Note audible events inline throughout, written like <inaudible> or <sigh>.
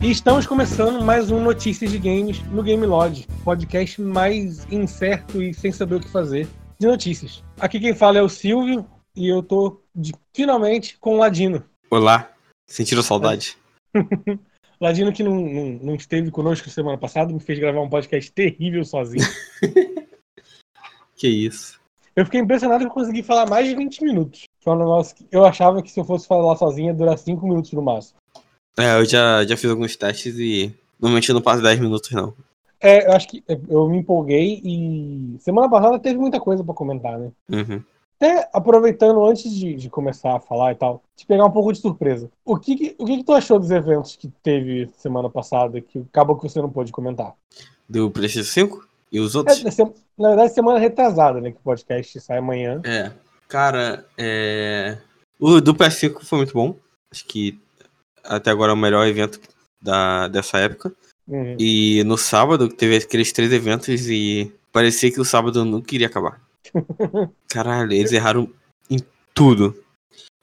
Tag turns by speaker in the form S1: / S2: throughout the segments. S1: E estamos começando mais um Notícias de Games no Game Lodge, podcast mais incerto e sem saber o que fazer de notícias. Aqui quem fala é o Silvio e eu tô de- finalmente com o Ladino.
S2: Olá, sentiram saudade?
S1: Ladino que não, não, não esteve conosco semana passada, me fez gravar um podcast terrível sozinho.
S2: Que isso.
S1: Eu fiquei impressionado que eu consegui falar mais de 20 minutos. Foi um negócio que eu achava que se eu fosse falar sozinho ia durar 5 minutos no máximo.
S2: É, eu já, já fiz alguns testes e normalmente eu não passo 10 minutos, não.
S1: É, eu acho que eu me empolguei e semana passada teve muita coisa pra comentar, né?
S2: Uhum.
S1: Até aproveitando antes de, de começar a falar e tal, te pegar um pouco de surpresa. O que, que- o que, que tu achou dos eventos que teve semana passada que acabou que você não pôde comentar?
S2: Do PlayStation 5 e os
S1: É,
S2: outros?
S1: na, se- na verdade, semana retrasada, né? Que o podcast sai amanhã.
S2: É, cara, é... o do PS5 foi muito bom. Acho que até agora é o melhor evento da, dessa época.
S1: Uhum.
S2: E no sábado teve aqueles três eventos e parecia que o sábado não queria <laughs> acabar. Caralho, eles erraram em tudo.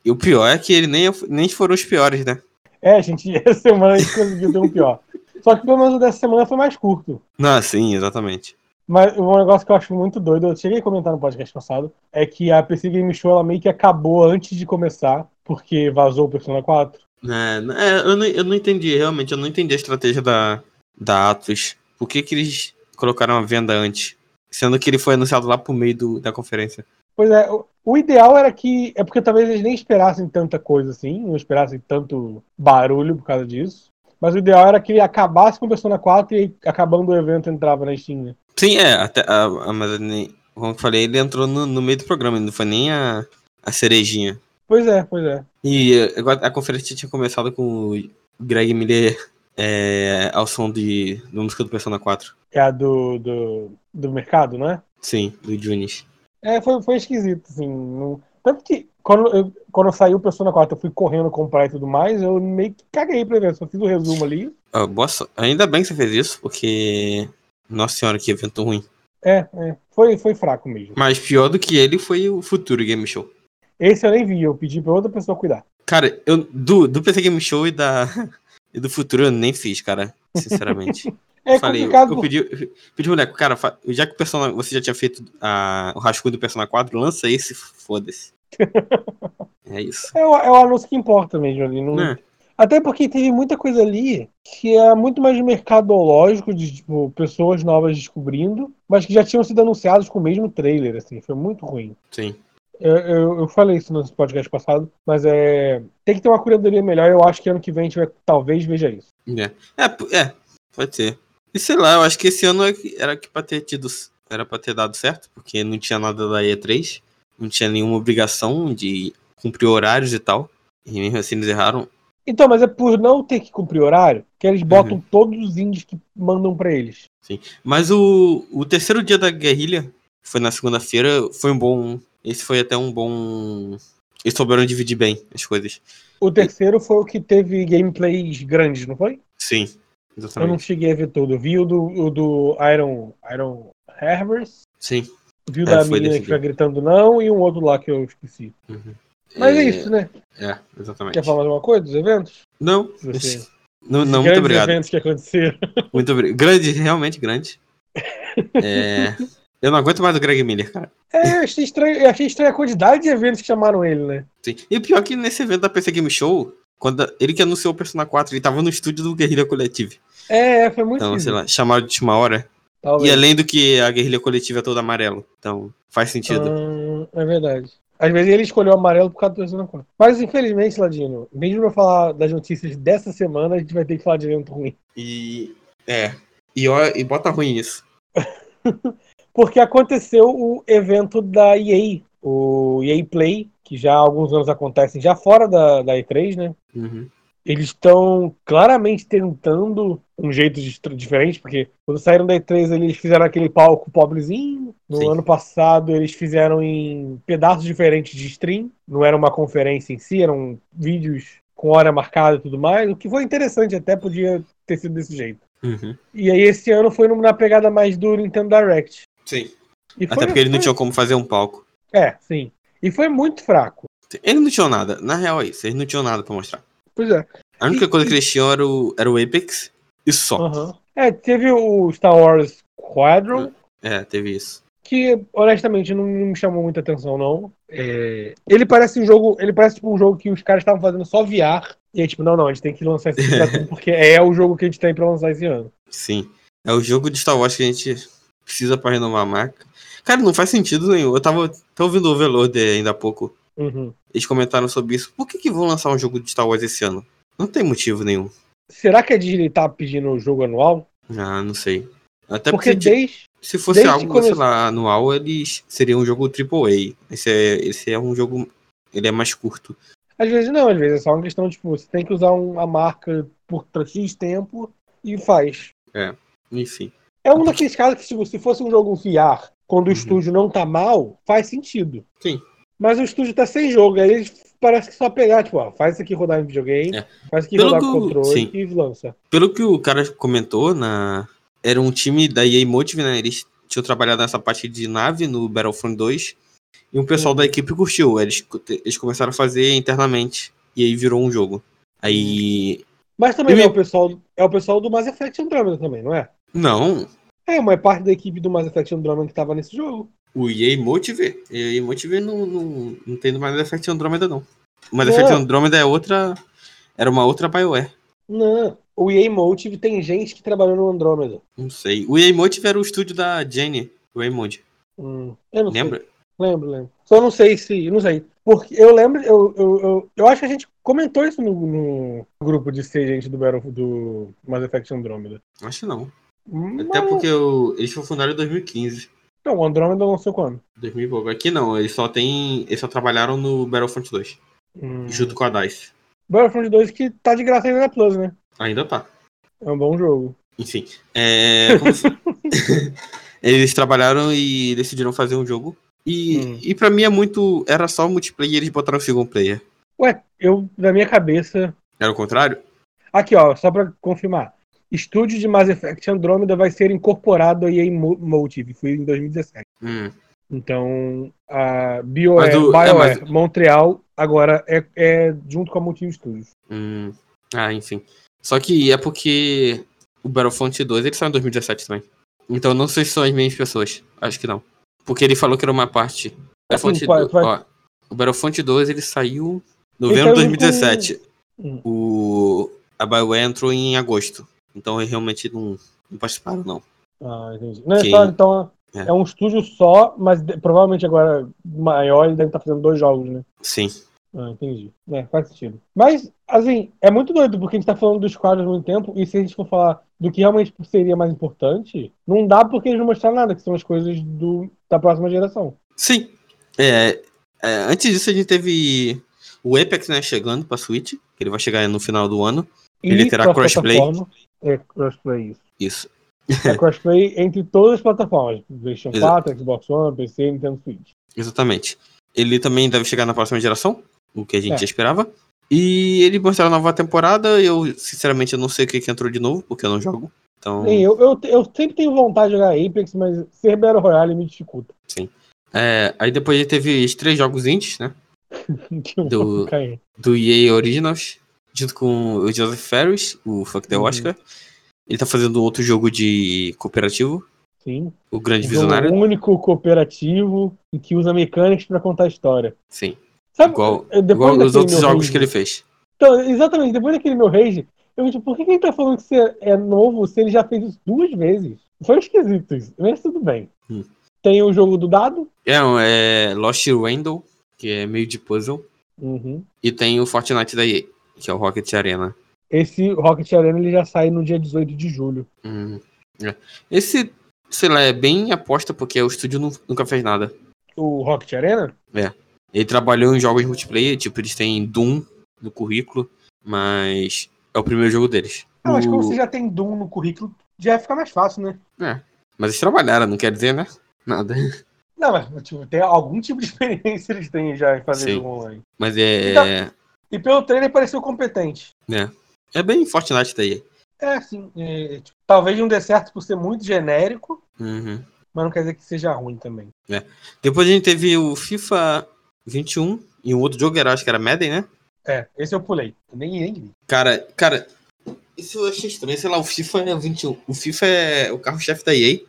S2: E o pior é que eles nem, nem foram os piores, né?
S1: É, gente, <laughs> essa semana a gente conseguiu ter um pior. Só que pelo menos o dessa semana foi mais curto.
S2: Não, Ah, sim, exatamente.
S1: Mas um negócio que eu acho muito doido, eu cheguei a comentar no podcast passado, é que a PC Game Show ela meio que acabou antes de começar, porque vazou o Persona 4.
S2: É, n- é, eu, não, eu não entendi, realmente, eu não entendi a estratégia da, da Atos. Por que, que eles colocaram a venda antes? Sendo que ele foi anunciado lá pro meio do- da conferência.
S1: Pois é, o- o ideal era que. É porque talvez eles nem esperassem tanta coisa assim, não esperassem tanto barulho por causa disso. Mas o ideal era que acabasse com o Persona 4 e aí, acabando o evento entrava na Steam. né?
S2: Sim, é, até, a, a- mas nem, como eu falei, ele entrou no, no meio do programa, ele não foi nem a, a cerejinha.
S1: Pois é, pois é.
S2: E é, agora a conferência tinha começado com o Greg Miller é, ao som de, da música do Persona 4.
S1: É a do, do, do mercado, não é?
S2: Sim, do Junis.
S1: É, foi, foi esquisito, assim. não- Tanto que quando, eu, quando saiu o Persona 4, eu fui correndo comprar e tudo mais, eu meio que caguei pra ver, só fiz o resumo ali.
S2: Ah, boa so- Ainda bem que você fez isso, porque. Nossa senhora, que evento ruim.
S1: É, é, foi, foi fraco mesmo.
S2: Mas pior do que ele foi o futuro Game Show.
S1: Esse eu nem vi, eu pedi pra outra pessoa cuidar.
S2: Cara, eu, do, do PC Game Show e, da, <laughs> e do futuro eu nem fiz, cara. Sinceramente.
S1: <laughs> É
S2: Falei, eu,
S1: complicado.
S2: eu pedi, eu pedi moleque, cara, fa- já que o Persona, você já tinha feito a, o rascunho do Persona 4, lança esse,
S1: <laughs>
S2: foda-se. É isso.
S1: É o, é o anúncio que importa mesmo ali. Não...
S2: Né?
S1: Até porque teve muita coisa ali que é muito mais mercadológico, de tipo, pessoas novas descobrindo, mas que já tinham sido anunciados com o mesmo trailer, assim, foi muito ruim.
S2: Sim.
S1: Eu, eu, eu falei isso no podcast passado, mas é. Tem que ter uma curadoria melhor. Eu acho que ano que vem a gente vai talvez veja isso.
S2: É, é, p- é, pode ser. E sei lá, eu acho que esse ano é que- era que pra ter tido. Era pra ter dado certo, porque não tinha nada da E3, não tinha nenhuma obrigação de cumprir horários e tal. E mesmo assim eles erraram.
S1: Então, mas é por não ter que cumprir horário que eles botam todos os indies que mandam pra eles.
S2: Mas o, o terceiro dia da guerrilha, foi na segunda-feira, foi um bom. Esse foi até um bom. Eles souberam dividir bem as coisas.
S1: O terceiro foi o que teve gameplays grandes, não foi?
S2: Sim,
S1: Eu não
S2: exatamente.
S1: cheguei a ver tudo. Eu vi o do, o do Iron, Iron Herbers,
S2: Sim.
S1: vi o
S2: É,
S1: da
S2: foi
S1: menina
S2: desse
S1: que fica gritando não, e um outro lá que eu esqueci. Mas é, isso, né?
S2: É, exatamente.
S1: Quer falar alguma coisa dos eventos?
S2: Não,
S1: Se você-
S2: <laughs> não, não
S1: Grandes
S2: muito obrigado.
S1: eventos que aconteceram. <laughs>
S2: Muito obrigado. Grande, realmente grande. É, Eu não aguento mais o Greg Miller, cara.
S1: É, eu achei estranho, eu achei estranha a quantidade de eventos que chamaram ele, né?
S2: Sim. E o pior é que nesse evento da PC Game Show, quando a- ele que anunciou o Persona 4, ele tava no estúdio do Guerrilha Coletiva.
S1: É, é, foi muito
S2: Então, sei
S1: esquisito,
S2: lá, chamaram de última hora.
S1: talvez.
S2: E é além do que a Guerrilha Coletiva é toda amarelo. Então, faz sentido.
S1: Hum, é verdade. Às vezes ele escolheu amarelo por causa do Persona 4. Mas infelizmente, Ladino, mesmo pra falar das notícias dessa semana, a gente vai ter que falar de evento ruim.
S2: E. É. E, ó, e bota ruim isso.
S1: Porque aconteceu o evento da EA, o EA Play, que já há alguns anos acontecem já fora da, da E3, né?
S2: Uhum.
S1: Eles estão claramente tentando um jeito de- diferente, porque quando saíram da E3 eles fizeram aquele palco pobrezinho. No
S2: Sim.
S1: ano passado eles fizeram em pedaços diferentes de stream. Não era uma conferência em si, eram vídeos com hora marcada e tudo mais. O que foi interessante, até podia ter sido desse jeito.
S2: Uhum.
S1: E aí esse ano foi na pegada mais do Nintendo Direct.
S2: Sim.
S1: E
S2: Até porque ele não tinha como fazer um palco.
S1: É, sim. E foi muito fraco.
S2: Ele não tinha nada. Na real é isso. Ele não tinha nada pra mostrar.
S1: Pois é.
S2: A única coisa que eles tinham era o, era o Apex e só.
S1: Aham. É, teve o Star Wars Squadron,
S2: É, teve isso.
S1: que honestamente não, não me chamou muita atenção, não. É, ele parece um jogo. Ele parece tipo, um jogo que os caras estavam fazendo só VR. E aí, tipo, não, não, a gente tem que lançar esse pra tudo, porque é o jogo que a gente tem pra lançar esse ano.
S2: Sim. É o jogo de Star Wars que a gente precisa pra renovar a marca. Cara, não faz sentido nenhum. Eu tava tô ouvindo o Velode ainda há pouco.
S1: Uhum.
S2: Eles comentaram sobre isso. Por que, que vão lançar um jogo de Star Wars esse ano? Não tem motivo nenhum.
S1: Será que a Disney tá pedindo o jogo anual?
S2: Ah, não sei. Até
S1: porque
S2: porque, de-
S1: desde.
S2: se fosse
S1: desde
S2: algo,
S1: quando-
S2: sei lá, anual, eles seria um jogo AAA. Esse é, esse é um jogo. Ele é mais curto.
S1: Às vezes não, às vezes é só uma questão, tipo, você tem que usar um- a marca por tra- X tempo e faz.
S2: Enfim.
S1: É um daqueles casos que, tipo, se fosse um jogo VR, quando o
S2: Uhum.
S1: estúdio não tá mal, faz sentido.
S2: Sim.
S1: Mas o estúdio tá sem jogo, aí eles parece que só pegar, tipo, ó, faz isso aqui rodar em videogame,
S2: É.
S1: faz isso aqui
S2: Pelo
S1: rodar
S2: que
S1: no
S2: eu-
S1: controle
S2: sim.
S1: e lança.
S2: Pelo que o cara comentou, na... era um time da EA Motive, né? Eles tinham trabalhado nessa parte de nave no Battlefront 2. E o pessoal da equipe curtiu. Eles, eles começaram a fazer internamente. E aí virou um jogo. Aí.
S1: Mas também
S2: E
S1: não é
S2: me-
S1: o pessoal, é o pessoal do Mass Effect Andromeda também, não é?
S2: Não.
S1: É, mas é parte da equipe do Mass Effect Andromeda que tava nesse jogo.
S2: O EA Motive. EA Motive não, não, não tem no Mass Effect Andromeda, não. O Mass
S1: Não.
S2: Effect Andromeda é outra. Era uma outra BioWare.
S1: Não, o EA Motive tem gente que trabalhou no Andromeda.
S2: Não sei. O EA Motive era o estúdio da Jenny Raymond.
S1: Hum, eu não sei.
S2: Lembra?
S1: Lembro, lembro. Só não sei se. Não sei. Porque eu lembro, eu, eu, eu, eu acho que a gente comentou isso no, no grupo de ser gente do Battle do Mass Effect Andromeda.
S2: Acho que não.
S1: Mas,
S2: Até porque o- eles foram fundados em 2015.
S1: Não, o Andrômeda lançou quando?
S2: 2000 e pouco. Aqui não, eles só tem. Eles só trabalharam no Battlefront 2,
S1: Hum.
S2: junto com a DICE.
S1: Battlefront 2 que tá de graça ainda na Plus, né?
S2: Ainda tá.
S1: É um bom jogo.
S2: Enfim. é,
S1: <laughs>
S2: como se- eles trabalharam e decidiram fazer um jogo. E,
S1: Hum.
S2: e pra mim é muito. Era só multiplayer e eles botaram single player.
S1: Ué, eu, na minha cabeça.
S2: Era o contrário?
S1: Aqui, ó, só pra confirmar. Estúdio de Mass Effect Andromeda vai ser incorporado a EA Mo- Motive. Foi em 2017.
S2: Hum.
S1: Então, a BioWare,
S2: Mas o- é,
S1: BioWare
S2: mas-
S1: Montreal agora é, é junto com a Motive Studios.
S2: hum. Ah, enfim. Só que é porque o Battlefront 2 ele saiu em 2017 também. Então não sei se são as mesmas pessoas. Acho que não. Porque ele falou que era uma parte. Battlefront
S1: vai-
S2: 2,
S1: vai-
S2: ó, o Battlefront 2 ele saiu em
S1: é? Ele
S2: novembro de
S1: saiu junto com-
S2: 2017.
S1: Hum.
S2: O... A BioWare entrou em agosto. Então eles realmente não, não participaram, não.
S1: Ah, entendi. Não, é
S2: Que-
S1: só, então é.
S2: É.
S1: um estúdio só, mas de- provavelmente agora maior ele deve estar fazendo dois jogos, né?
S2: Sim.
S1: Ah, entendi. É, faz sentido. Mas, assim, é muito doido, porque a gente tá falando dos quadros há muito tempo, e se a gente for falar do que realmente seria mais importante, não dá porque eles não mostraram nada, que são as coisas do, da próxima geração.
S2: Sim. É, é, antes disso a gente teve o Apex né, chegando pra Switch. Que ele vai chegar no final do ano. Ele terá crossplay?
S1: cross-plataforma. É crossplay, isso.
S2: Isso.
S1: É
S2: <laughs>
S1: crossplay entre todas as plataformas. PlayStation
S2: Exato.
S1: 4, Xbox One, PC, Nintendo Switch.
S2: Exatamente. Ele também deve chegar na próxima geração, o que a gente
S1: É.
S2: já esperava. E ele mostraram a nova temporada. Eu, sinceramente, eu não sei o que, que entrou de novo, porque eu não jogo. Então,
S1: Nem eu, eu, eu sempre tenho vontade de jogar Apex, mas ser Battle Royale me dificulta. <laughs>
S2: é, aí depois a gente teve os três jogos indies, né?
S1: Que eu
S2: Do-
S1: vou cair.
S2: do EA Originals, junto com o Joseph Ferris, o Fuck the
S1: Uhum.
S2: Oscar. Ele tá fazendo outro jogo de cooperativo,
S1: Sim.
S2: o Grande
S1: Um
S2: Visionário.
S1: único cooperativo e que usa mecânicas pra contar a história.
S2: Sim.
S1: Sabe?
S2: Igual,
S1: eu- depois
S2: igual os
S1: daquele
S2: outros
S1: meu
S2: jogos
S1: rage-
S2: que ele fez.
S1: Então, exatamente, depois daquele meu rage, eu tipo, por que, que ele tá falando que você é novo se ele já fez isso duas vezes? Foi esquisito isso, mas tudo bem.
S2: Hum.
S1: Tem o jogo do dado.
S2: É, um, é Lost Randall, que é meio de puzzle.
S1: Uhum.
S2: E tem o Fortnite da EA, que é o Rocket Arena.
S1: Esse Rocket Arena ele já sai no dia 18 de julho.
S2: Hum, é. Esse, sei lá, é bem aposta, porque o estúdio nu- nunca fez nada.
S1: O Rocket Arena?
S2: Ele trabalhou em jogos multiplayer, tipo, eles têm Doom no currículo, mas é o primeiro jogo deles.
S1: Ah, mas como
S2: O-
S1: você já tem Doom no currículo, já fica mais fácil, né?
S2: Mas eles trabalharam, não quer dizer, né? Nada. <laughs>
S1: Não, mas tipo, tem algum tipo de <laughs> experiência eles têm já em fazer
S2: Sim.
S1: jogo online.
S2: Mas é.
S1: E pelo trailer pareceu competente.
S2: É bem Fortnite daí.
S1: É, assim, é, tipo, talvez não dê certo por ser muito genérico,
S2: Uhum.
S1: mas não quer dizer que seja ruim também.
S2: Depois a gente teve o FIFA 21 e um outro jogo, era, acho que era Madden, né?
S1: É, esse eu pulei. Nem, nem vi.
S2: Cara, cara, isso eu achei estranho. Sei lá, o FIFA é 21. O FIFA é o carro-chefe da EA.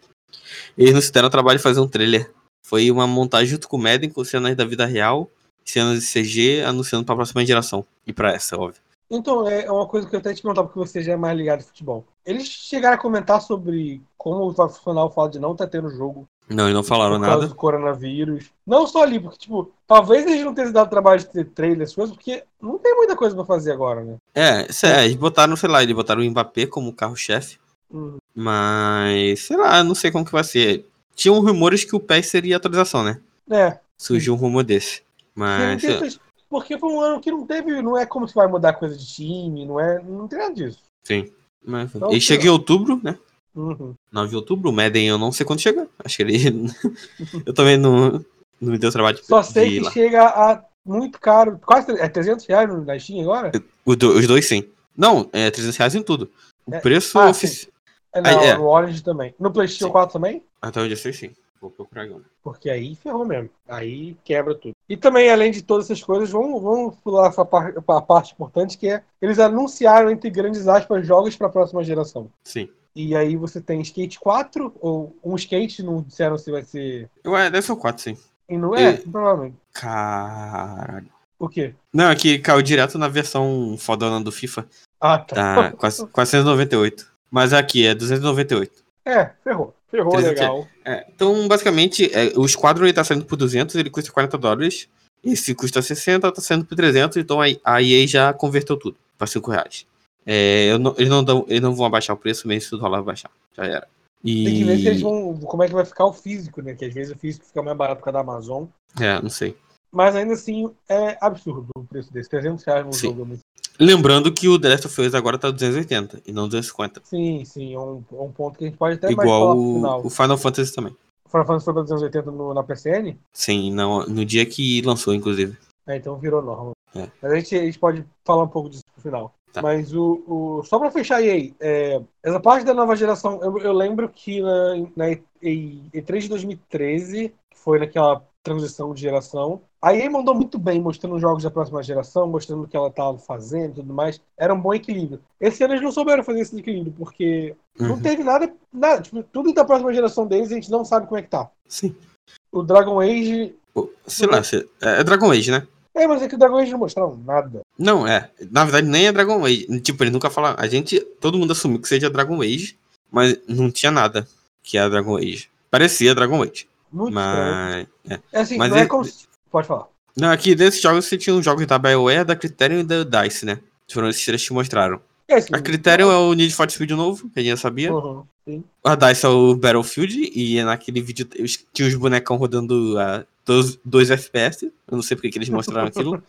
S2: Eles não se deram o trabalho de fazer um trailer. Foi uma montagem junto com o Madden, com cenas da vida real, cenas de CG, anunciando pra próxima geração. E pra essa, óbvio.
S1: Então, é uma coisa que eu até te perguntar, porque você já é mais ligado em futebol. Eles chegaram a comentar sobre como vai funcionar o fato de não estar tendo jogo
S2: Não, eles não falaram
S1: Tipo, por causa
S2: nada.
S1: do coronavírus. Não só ali, porque, tipo, talvez eles não tenham se dado trabalho de ter trailer, essas coisas, porque não tem muita coisa pra fazer agora, né?
S2: É, isso é, eles botaram, sei lá, eles botaram o Mbappé como carro-chefe.
S1: Hum.
S2: Mas, sei lá, não sei como que vai ser. Tinham rumores que o PES seria atualização, né?
S1: É.
S2: Surgiu um rumor desse.
S1: porque não
S2: Mas,
S1: tem um
S2: sei lá,
S1: essas- Porque foi um ano que não teve, não é como se vai mudar coisa de time, não é. Não tem nada disso.
S2: sim. Mas,
S1: Então,
S2: ele chega em outubro, né?
S1: Uhum.
S2: 9 de outubro, o Madden eu não sei quando chega. Acho que ele. <laughs> eu também não, não me deu trabalho de,
S1: Só sei
S2: de ir
S1: que
S2: lá.
S1: chega a muito caro, quase tre- é 300 reais no- na Steam agora?
S2: Os do- os dois sim. Não, é 300 reais em tudo. O
S1: É.
S2: preço
S1: Ah,
S2: oficial.
S1: É, não,
S2: Aí, é.
S1: no Orange também. No PlayStation
S2: Sim.
S1: 4 também?
S2: Até onde eu sei, sim. Vou procurar agora.
S1: Porque aí ferrou mesmo. Aí quebra tudo. E também, além de todas essas coisas, vamos, vamos pular essa par- a parte importante que é eles anunciaram, entre grandes aspas, jogos para a próxima geração.
S2: Sim.
S1: E aí você tem Skate 4, ou um Skate, não disseram se vai ser.
S2: Ué, é, deve ser o 4, sim.
S1: E não é,
S2: E-
S1: provavelmente.
S2: Caralho.
S1: O quê?
S2: Não, é que caiu direto na versão fodona do FIFA.
S1: Ah, tá.
S2: Tá, 4- 498. Mas aqui é 298.
S1: <laughs> É, ferrou. Ferrou,
S2: 300
S1: legal.
S2: É, então, basicamente, é, o Squadron ele tá saindo por 200, ele custa 40 dólares. Esse custa 60, tá saindo por 300, então a, a EA já converteu tudo pra 5 reais. É, eu não- eles, não dão- eles não vão abaixar o preço mesmo se o dólar baixar. Já era. E...
S1: Tem que ver se eles vão. Como é que vai ficar o físico, né? Que às vezes o físico fica mais barato por causa da Amazon.
S2: É, não sei.
S1: Mas ainda assim, é absurdo o preço desse. 300 reais num
S2: Sim.
S1: jogo. é muito-
S2: Lembrando que o The Last of Us agora tá 280 e não 250.
S1: Sim, sim. É um, é um ponto que a gente pode até mais falar
S2: igual
S1: no
S2: o,
S1: final.
S2: o Final Fantasy também.
S1: Final Fantasy foi pra 280 no, na PCN,
S2: Sim, não, no dia que lançou, inclusive.
S1: é, então virou norma.
S2: É.
S1: Mas a gente, a gente pode falar um pouco disso no final.
S2: Tá.
S1: Mas o, o- só pra fechar a EA, é, essa parte da nova geração, eu, eu lembro que na, na E- E- E3 de 2013, que foi naquela transição de geração, a EA mandou muito bem mostrando os jogos da próxima geração, mostrando o que ela estava fazendo e tudo mais. Era um bom equilíbrio. Esse ano eles não souberam fazer esse equilíbrio, porque não
S2: Uhum.
S1: teve nada, nada. Tipo, tudo da próxima geração deles a gente não sabe como é que tá.
S2: Sim.
S1: O Dragon Age
S2: Pô, Sei lá, se- é é Dragon Age, né?
S1: É, mas é que o Dragon Age não mostraram nada.
S2: Não, é. Na verdade, nem é Dragon Age. Tipo, eles nunca falaram. A gente. Todo mundo assumiu que seja Dragon Age, mas não tinha nada que era Dragon Age. Parecia Dragon Age.
S1: Muito estranho.
S2: Mas. É.
S1: É assim,
S2: mas
S1: não é
S2: ele-
S1: como se... Pode falar.
S2: Não, aqui desses jogos você tinha um os jogos da BioWare, da Criterion é e da DICE, né? Foram esses três que te mostraram.
S1: É assim,
S2: A Criterion é o Need for Speed novo, que a gente já sabia.
S1: Uhum, sim.
S2: A DICE é o Battlefield, e é naquele vídeo eles- tinha os bonecão rodando a 2 FPS. Eu não sei porque que eles
S1: <laughs>
S2: mostraram aquilo.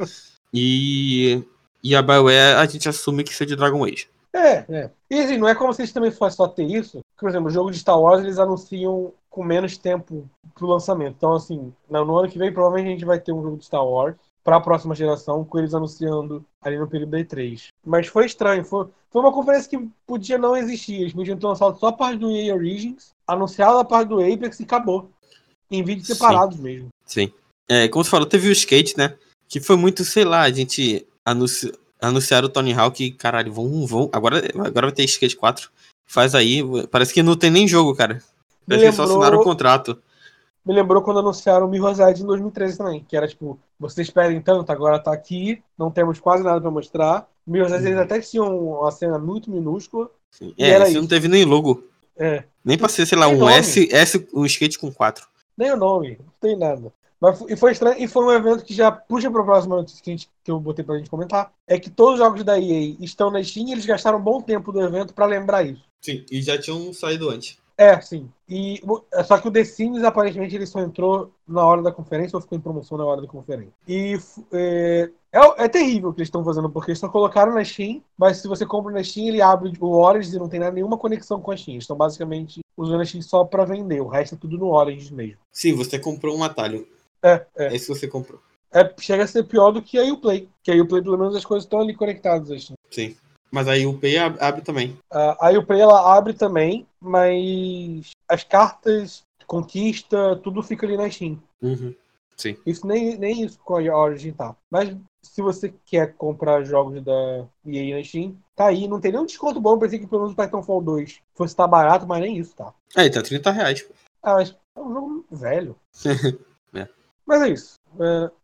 S2: E. E a BioWare a gente assume que seja Dragon Age.
S1: É, é. E assim, não é como se eles também fossem só ter isso. Por exemplo, o jogo de Star Wars eles anunciam com menos tempo pro lançamento. Então, assim, no no ano que vem provavelmente a gente vai ter um jogo de Star Wars pra próxima geração, com eles anunciando ali no período da E3. Mas foi estranho. Foi, foi uma conferência que podia não existir. Eles podiam ter lançado só a parte do EA Origins, anunciado a parte do Apex e acabou. Em vídeos
S2: Sim.
S1: separados mesmo.
S2: Sim. É, como você falou, teve o skate, né? Que foi muito, sei lá, a gente anunci... anunciaram o Tony Hawk e, caralho, vão, vão. Agora, agora vai ter skate 4. Faz aí. Parece que não tem nem jogo, cara.
S1: Me
S2: Parece que só assinaram o
S1: lembrou-
S2: contrato.
S1: Me lembrou quando anunciaram o Mirror's Edge em 2013 também, que era tipo, vocês esperem tanto, agora tá aqui, não temos quase nada pra mostrar. Mirror's Edge eles até tinham uma cena muito minúscula.
S2: Sim.
S1: E
S2: É,
S1: era
S2: esse não
S1: isso.
S2: teve nem logo.
S1: É,
S2: Nem pra ser, sei lá,
S1: Tem
S2: um
S1: nome.
S2: S, S, um skate com 4.
S1: nem o nome, não tem nada. Mas, fo- e foi estranho, e foi um evento que já puxa pra próxima notícia que, a gente- que eu botei pra gente comentar. É que todos os jogos da EA estão na Steam e eles gastaram um bom tempo do evento pra lembrar isso.
S2: Sim, e já tinham saído antes.
S1: É, sim. E, o- é só que o The Sims, aparentemente, ele só entrou na hora da conferência ou ficou em promoção na hora da conferência. E f- é, é, é terrível o que eles estão fazendo, porque eles só colocaram na Steam, mas se você compra na Steam, ele abre o Origins e não tem nada- nenhuma conexão com a Steam. Eles estão basicamente usando a Steam só pra vender, o resto é tudo no Origins mesmo.
S2: Sim, você comprou um atalho.
S1: É, é.
S2: É isso que você comprou.
S1: É, chega a ser pior do que a Uplay, que a Uplay, pelo menos, as coisas estão ali conectadas à Steam.
S2: Mas aí o Pay ab- abre também.
S1: Ah, a Uplay ela abre também, mas as cartas, conquista, tudo fica ali na Steam.
S2: Uhum. Sim.
S1: Isso nem, nem isso com a Origin tá. Mas se você quer comprar jogos da EA na Steam, tá aí. Não tem nenhum desconto bom pra esse que pelo menos o Titanfall 2 fosse tá barato, mas nem isso tá.
S2: Aí tá 30 reais. pô.
S1: Ah, mas é um jogo velho.
S2: <laughs> É.
S1: Mas é isso.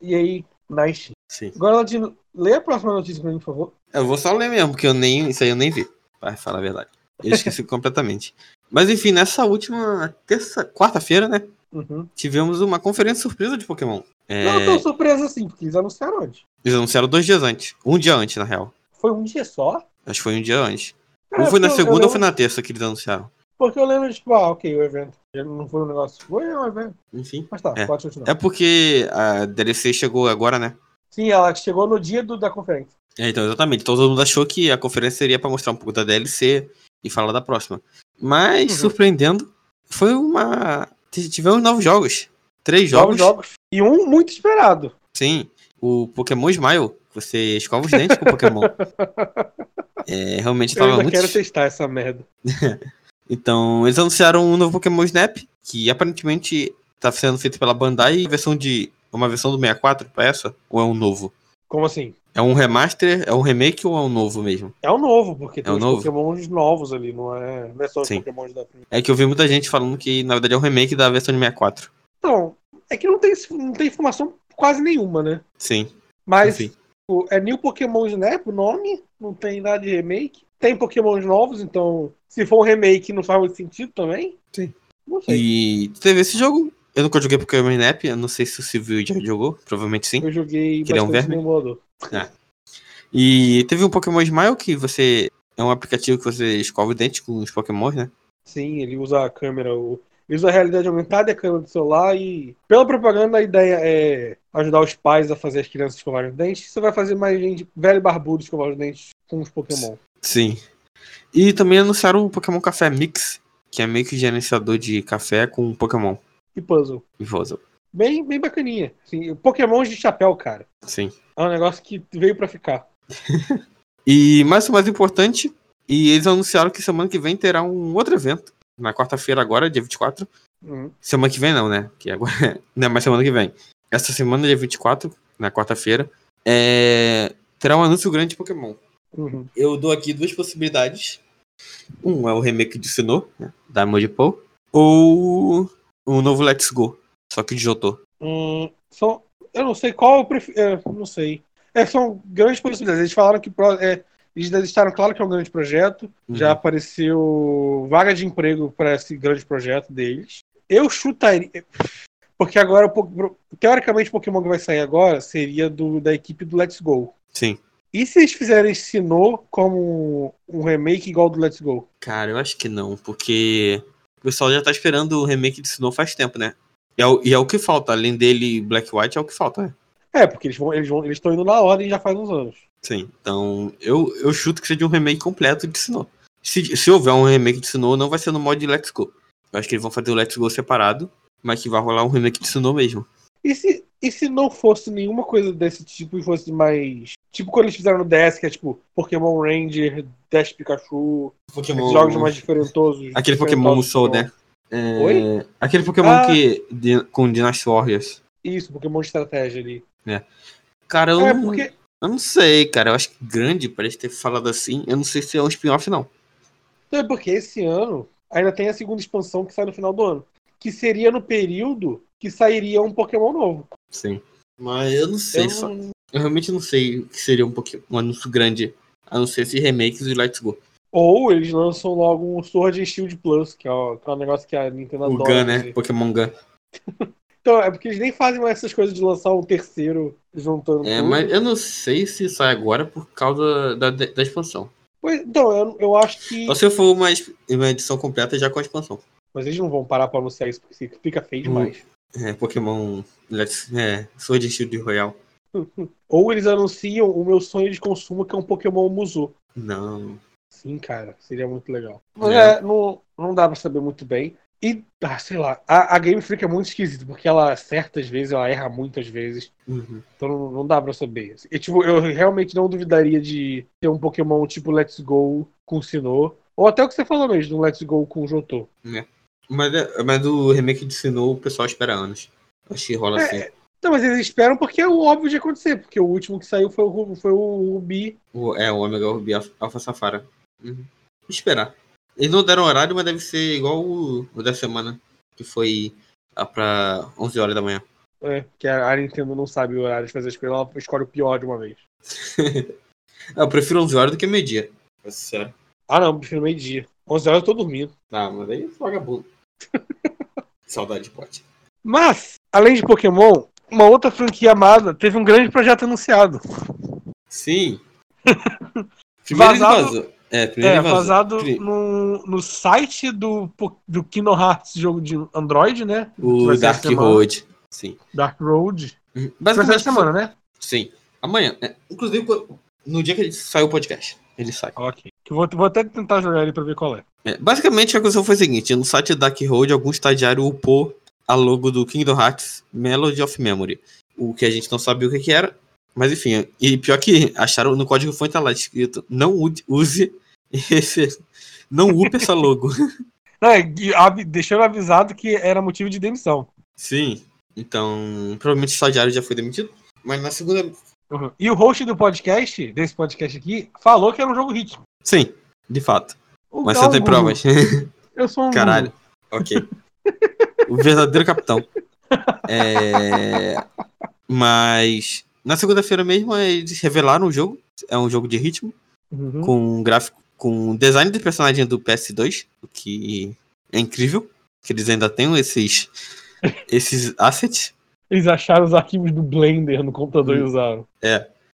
S1: e aí, na Steam.
S2: Sim.
S1: Agora, Latino, lê a próxima notícia pra mim, por favor.
S2: Eu vou só ler mesmo, porque eu nem. Isso aí eu nem vi. Pra falar a verdade. Eu esqueci <laughs> completamente. Mas enfim, nessa última terça. quarta-feira, né?
S1: Uhum.
S2: Tivemos uma conferência surpresa de Pokémon. É,
S1: Não tão surpresa assim, porque eles anunciaram onde?
S2: Eles anunciaram dois dias antes. Um dia antes, na real.
S1: Foi um dia só?
S2: Acho que foi um dia antes.
S1: Cara,
S2: ou foi na
S1: É, porque eu- eu
S2: segunda ou
S1: lembro-
S2: foi na terça que eles anunciaram.
S1: Porque eu lembro, tipo, ah, ok, o evento. Já Não foi um negócio. Foi um evento.
S2: Enfim.
S1: Mas tá,
S2: É.
S1: pode continuar.
S2: É porque a DLC chegou agora, né?
S1: Sim, ela chegou no dia do, da conferência.
S2: É, então, exatamente. Então, todo mundo achou que a conferência seria pra mostrar um pouco da DLC e falar da próxima. Mas,
S1: Uhum.
S2: surpreendendo, foi uma. t- Tivemos novos jogos. Três
S1: Novos
S2: jogos.
S1: jogos. E um muito esperado.
S2: Sim. O Pokémon Smile. Você escova os dentes com
S1: <laughs>
S2: o Pokémon. É, realmente
S1: Eu
S2: tava
S1: ainda
S2: muito.
S1: quero testar essa merda.
S2: Então, eles anunciaram um novo Pokémon Snap, que aparentemente tá sendo feito pela Bandai, versão de. Uma versão do 64 pra essa? Ou é um novo?
S1: Como assim?
S2: É um remaster? É um remake ou é um novo mesmo?
S1: É o novo, porque tem
S2: o
S1: os
S2: novo?
S1: pokémons novos ali, não é, não é só os
S2: Sim.
S1: pokémons da primeira.
S2: É que eu vi muita gente falando que, na verdade, é um remake da versão de 64.
S1: Então, é que não tem, não tem informação quase nenhuma, né?
S2: Sim.
S1: Mas
S2: Enfim.
S1: o- é New Pokémon Snap o nome, não tem nada de remake. Tem pokémons novos, então se for um remake não faz muito sentido também.
S2: Sim.
S1: Não sei.
S2: E teve esse jogo. Eu nunca joguei Pokémon Snap, eu não sei se o Silvio já jogou, provavelmente sim.
S1: Eu joguei
S2: Queria um
S1: bastante
S2: verme?
S1: no emulador.
S2: E teve um Pokémon Smile que você. É um aplicativo que você escova o dente com os Pokémons, né?
S1: Sim, ele usa a câmera, o- ele usa a realidade aumentada e a câmera do celular e pela propaganda a ideia é ajudar os pais a fazer as crianças escovarem os dentes. Você vai fazer mais gente velho e barbudo escovar os dentes com os Pokémon.
S2: Sim. E também anunciaram o Pokémon Café Mix, que é meio que gerenciador de café com Pokémon
S1: E puzzle.
S2: e puzzle.
S1: Bem, bem bacaninha. Assim, Pokémons de chapéu, cara.
S2: Sim.
S1: É um negócio que veio pra ficar.
S2: E mais o mais importante, e eles anunciaram que semana que vem terá um outro evento. Na quarta-feira agora, dia 24.
S1: Hum.
S2: Semana que vem não, né? Que agora <laughs> não é mais semana que vem. Essa semana, dia 24, na quarta-feira, é... terá um anúncio grande de Pokémon.
S1: Uhum.
S2: Eu dou aqui duas possibilidades. Um é o remake de Sinnoh, né, da Emoji Paul, ou o novo Let's Go, só que de Jotô.
S1: Hum, são, eu não sei qual eu prefiro. é, não sei. É, são grandes possibilidades. Eles falaram que. pro- É, eles deixaram claro que é um grande projeto.
S2: Uhum.
S1: Já apareceu vaga de emprego para esse grande projeto deles. Eu chutaria. Porque agora, o po- teoricamente, o Pokémon que vai sair agora seria do, da equipe do Let's Go.
S2: Sim.
S1: E se eles fizerem Sinnoh como um remake igual ao do Let's Go?
S2: Cara, eu acho que não, porque o pessoal já tá esperando o remake de Sinnoh faz tempo, né? E é, o, e é o que falta, além dele Black White é o que falta, né?
S1: É, porque eles vão, eles vão, eles estão indo na ordem já faz uns anos.
S2: Sim, então eu, eu chuto que seja um remake completo de Sinnoh. Se, se houver um remake de Sinnoh, não vai ser no mod de Let's Go. Eu acho que eles vão fazer o Let's Go separado, mas que vai rolar um remake de Sinnoh mesmo.
S1: E se, e se não fosse nenhuma coisa desse tipo e fosse mais. Tipo quando eles fizeram no DS, que é tipo Pokémon Ranger, Dash Pikachu, esses jogos mais diferentosos.
S2: Aquele Pokémon
S1: diferentosos,
S2: Soul, né? É, Aquele Pokémon
S1: Ah.
S2: que. de- com Dynasty Warriors.
S1: Isso, Pokémon de estratégia ali.
S2: Cara, eu,
S1: É,
S2: não,
S1: porque.
S2: eu não sei, cara. Eu acho que grande parece ter falado assim. Eu não sei se é um spin-off, não.
S1: É porque esse ano ainda tem a segunda expansão que sai no final do ano. Que seria no período que sairia um Pokémon novo. Então,
S2: Sim. Mas eu não sei.
S1: Eu
S2: só- Eu,
S1: não-
S2: realmente não sei o que seria um pouquinho um anúncio grande. A não ser esses remakes e Let's Go.
S1: Ou eles lançam logo um Sword and Shield Plus, que é, o- que é um negócio que a Nintendo
S2: o
S1: adora.
S2: Gun, né?
S1: fazer.
S2: Pokémon Gun.
S1: Então, é porque eles nem fazem mais essas coisas de lançar um terceiro juntando
S2: É,
S1: tudo.
S2: mas eu não sei se sai agora por causa da, da, da expansão.
S1: Pois, então, eu, eu acho que.
S2: Ou se for uma, ex- uma edição completa já com a expansão.
S1: Mas eles não vão parar pra anunciar isso, porque fica feio demais.
S2: É, Pokémon Let's. É, Sword and Shield Royal.
S1: Ou eles anunciam o meu sonho de consumo, que é um Pokémon Musou.
S2: Não.
S1: Sim, cara, seria muito legal. Mas
S2: É.
S1: é, não, não dá pra saber muito bem. E, ah, sei lá, a, a Game Freak é muito esquisita, porque ela certas vezes, ela erra muitas vezes.
S2: Uhum.
S1: Então não, não dá pra saber. E, tipo, eu realmente não duvidaria de ter um Pokémon tipo Let's Go com Sinnoh. Ou até o que você falou mesmo, um Let's Go com Jotô.
S2: Mas, é- mas do remake de Sinnoh o pessoal espera anos. Acho que rola assim.
S1: Não, mas eles esperam porque é o óbvio de acontecer, porque o último que saiu foi o, Ru- foi o Rubi.
S2: O- é, o Omega Ruby Alpha, Alpha Safara. Uhum. Esperar. Eles não deram horário, mas deve ser igual o, o da semana, que foi lá pra 11 horas da manhã.
S1: É, que a a Nintendo não sabe o horário de fazer as coisas, ela escolhe o pior de uma vez.
S2: Ah, Eu prefiro 11 horas do que meio-dia. Pra ser sincero.
S1: Ah, não, prefiro meio-dia. 11 horas eu tô dormindo.
S2: Ah, mas aí é vagabundo. <laughs> Saudade de pote.
S1: Mas, além de Pokémon, uma outra franquia amada teve um grande projeto anunciado.
S2: Sim. Primeiro ele
S1: Vazado-
S2: vazou. É, primeiro
S1: É,
S2: ele vazou.
S1: vazado
S2: Pri-
S1: no, no site do, po- do Kingdom Hearts, jogo de Android, né? Que vai
S2: O
S1: ser essa
S2: Dark
S1: semana.
S2: Road. Sim.
S1: Dark Road.
S2: Uhum.
S1: Vai ser
S2: Basicamente,
S1: essa semana, né?
S2: sim. Amanhã. né? Inclusive, quando- no dia que ele sai o podcast. Ele sai.
S1: Ok. Que eu vou, vou até tentar jogar ele pra ver qual é.
S2: É, basicamente, a questão foi a seguinte: no site da Dark Road, algum estagiário upou a logo do Kingdom Hearts Melody of Memory. O que a gente não sabia o que, que era. Mas enfim, e pior que acharam no código fonte tá lá escrito: não use- use esse. Não upe essa logo. <laughs>
S1: Não, é, e avi- deixando avisado que era motivo de demissão.
S2: Sim. Então, provavelmente o estagiário já foi demitido. Mas na segunda.
S1: Uhum. E o host do podcast, desse podcast aqui, falou que era um jogo hit.
S2: Sim, de fato.
S1: O
S2: Mas
S1: Gal
S2: você tem
S1: Guru.
S2: provas.
S1: Eu sou um
S2: Caralho.
S1: guru.
S2: Ok. O verdadeiro capitão. É... Mas na segunda-feira mesmo eles revelaram o jogo. É um jogo de ritmo
S1: Uhum.
S2: com um gráfico, com um design de personagem do PS2, o que é incrível. Que eles ainda tenham esses esses assets.
S1: Eles acharam os arquivos do Blender no computador e
S2: Hum.
S1: usaram.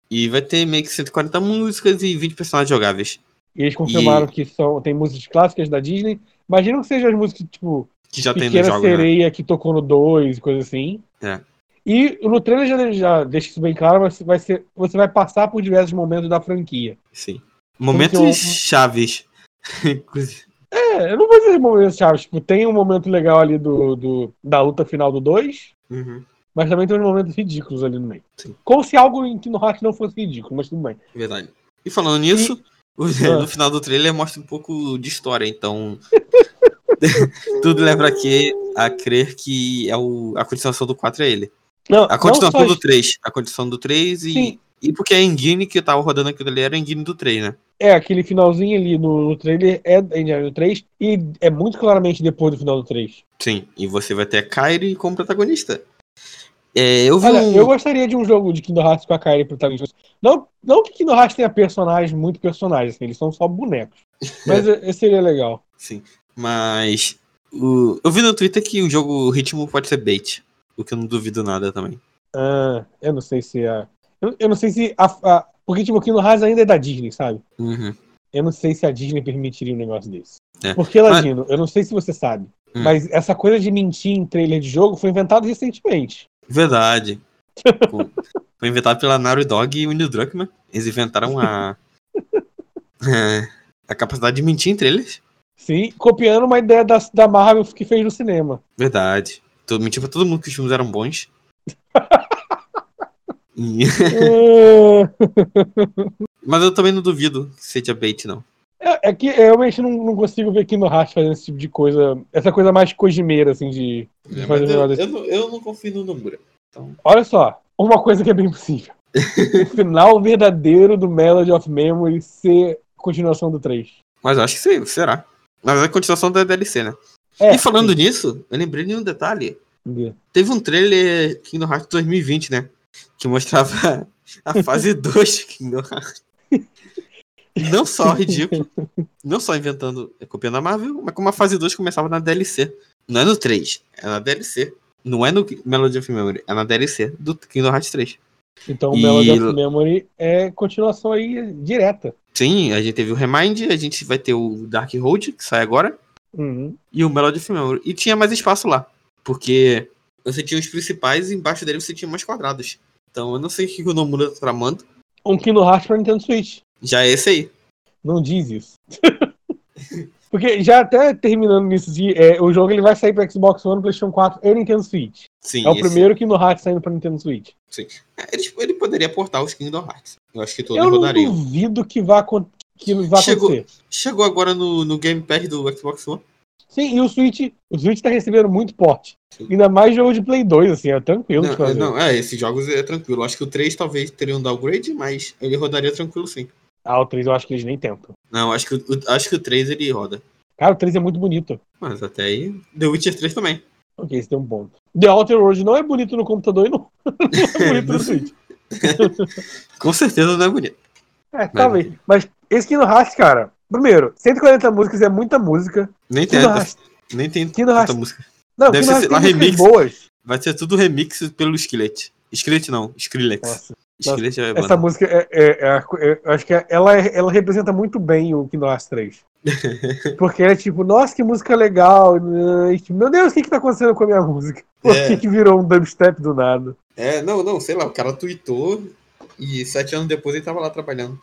S2: E vai ter meio que 140 músicas e 20 personagens jogáveis.
S1: E eles confirmaram que são, tem músicas clássicas da Disney. Imagino que sejam as músicas tipo
S2: Que já tem no
S1: Pequena
S2: jogo, né?
S1: Sereia que tocou no 2 e coisa assim.
S2: É.
S1: E no trailer já, já deixa isso bem claro, mas vai ser, você vai passar por diversos momentos da franquia.
S2: Sim. Momentos
S1: Porque o-
S2: chaves. <laughs> Inclusive.
S1: É, eu não vou dizer momentos chaves. Tipo, tem um momento legal ali do, do- da luta final do 2,
S2: Uhum,
S1: mas também tem uns momentos ridículos ali no meio.
S2: Sim.
S1: Como se algo em Kingdom Hearts não fosse ridículo, mas tudo bem.
S2: Verdade. E falando nisso, <laughs> o-
S1: Ah.
S2: no final do trailer mostra um pouco de história, então. <laughs> tudo leva aqui a crer que é o, a continuação do 4 é ele.
S1: Não,
S2: A
S1: não
S2: continuação
S1: só
S2: do
S1: isso.
S2: 3. A continuação do 3 e.
S1: Sim.
S2: E porque a engine que tava rodando aquilo ali era a engine do 3, né?
S1: É, aquele finalzinho ali no, no trailer é da Indiana 3 e é muito claramente depois do final do 3.
S2: Sim. E você vai ter a Kairi como protagonista. É, eu vi
S1: Olha,
S2: um.
S1: eu gostaria de um jogo de Kingdom Hearts com a Kairi protagonista. Não, não que Kingdom Hearts tenha personagens, muito personagens, assim, eles são só
S2: <laughs>
S1: bonecos. Mas é- seria legal.
S2: Sim. Mas. o- Eu vi no Twitter que o jogo o ritmo pode ser bait. O que eu não duvido nada também.
S1: Ah, eu não sei se a. Eu, eu não sei se a, a- Porque, tipo, Kingdom Hearts ainda é da Disney, sabe?
S2: Uhum.
S1: Eu não sei se a Disney permitiria um negócio desse.
S2: É.
S1: Porque, Ladino, eu não sei se você sabe,
S2: Hum.
S1: mas essa coisa de mentir em trailer de jogo foi inventada recentemente.
S2: Verdade. Pô, Foi inventado pela Naughty Dog e o Neil Druckmann. Eles inventaram a. <laughs> é, a capacidade de mentir entre eles.
S1: Sim, copiando uma ideia da, da Marvel que fez no cinema.
S2: <laughs> Verdade. Todo, mentiu pra todo mundo que os filmes eram bons. E-
S1: É,
S2: mas eu também não duvido que seja bait, não.
S1: é, é que eu realmente não, não consigo ver Kingdom Hearts fazendo esse tipo de coisa. Essa coisa mais cojimeira, assim, de. de
S2: É, mas
S1: fazer um negócio
S2: eu,
S1: desse.
S2: eu não, eu não confio no Nomura.
S1: Olha só, uma coisa que é bem possível. o final verdadeiro do Melody of Memory ser continuação do 3.
S2: Mas eu acho que sim, será. Mas é a continuação da DLC, né?
S1: É,
S2: e falando nisso, eu lembrei de um detalhe.
S1: sim.
S2: Teve um trailer Kingdom Hearts 2020, né? Que mostrava <laughs> a fase 2 de Kingdom Hearts. Não só ridículo, não só inventando, copiando a Marvel, mas como a fase 2 começava na DLC. Não é no 3, é na DLC. Não é no Melody of Memory, é na DLC do Kingdom Hearts 3.
S1: Então o
S2: E-
S1: Melody of Memory é continuação aí direta.
S2: Sim, a gente teve o Remind, a gente vai ter o Dark Road, que sai agora,
S1: Uhum.
S2: e o Melody of Memory. E tinha mais espaço lá, porque você tinha os principais e embaixo dele você tinha mais quadrados. Então eu não sei o que o Nomura tá tramando,
S1: Um Kingdom Hearts pra Nintendo Switch.
S2: Já é esse aí.
S1: Não diz isso. <laughs> Porque já até terminando nisso, de, é, o jogo ele vai sair para Xbox One, PlayStation 4 e Nintendo Switch.
S2: Sim,
S1: é o
S2: esse.
S1: primeiro que no hack saindo para Nintendo Switch.
S2: É, Ele, ele poderia portar os Kingdom Hearts. Eu acho que todos
S1: Eu não
S2: rodariam.
S1: duvido que vá, acon- que vá
S2: Chegou.
S1: acontecer.
S2: Chegou agora no, no Gamepad do Xbox One.
S1: Sim, e o Switch, o Switch tá recebendo muito porte.
S2: Sim.
S1: Ainda mais jogo de Play 2, assim, é tranquilo de
S2: Não, é,
S1: fazer.
S2: não, é, esses jogos é tranquilo. Acho que o 3 talvez teria um downgrade, mas ele rodaria tranquilo sim.
S1: Ah, o 3 eu acho que eles nem tentam.
S2: Não, acho que o, o- acho que o 3 ele roda.
S1: Cara, o 3 é muito bonito.
S2: Mas até aí. The Witcher 3 também.
S1: Ok, isso tem um ponto. The Outer World não é bonito no computador e não, <laughs> não é bonito no Switch.
S2: Com certeza não é bonito.
S1: É, talvez. Mas esse Kingdom Hearts, cara, primeiro, 140 músicas é muita música.
S2: Nem tem,
S1: Kingdom Hearts.
S2: nem tem
S1: Kingdom
S2: tanta
S1: Hearts.
S2: música.
S1: Não,
S2: Deve
S1: Kingdom
S2: ser,
S1: Hearts
S2: sei
S1: tem
S2: lá,
S1: músicas
S2: remix.
S1: boas.
S2: Vai ser tudo remix pelo Skillet. Skillet não, <laughs> Skrillex.
S1: Nossa,
S2: Skrillex é
S1: essa
S2: banda.
S1: música é, é- é a co- é- eu acho que é- ela, é- ela representa muito bem o Kingdom Hearts
S2: <laughs>
S1: 3. Porque é tipo, nossa, que música legal. né? E, tipo, Meu Deus, o que que tá acontecendo com a minha música? <laughs> Por
S2: É.
S1: que que virou um dubstep do nada?
S2: É, não, não, sei lá, o cara tweetou e sete anos depois ele tava
S1: <laughs>
S2: lá trabalhando.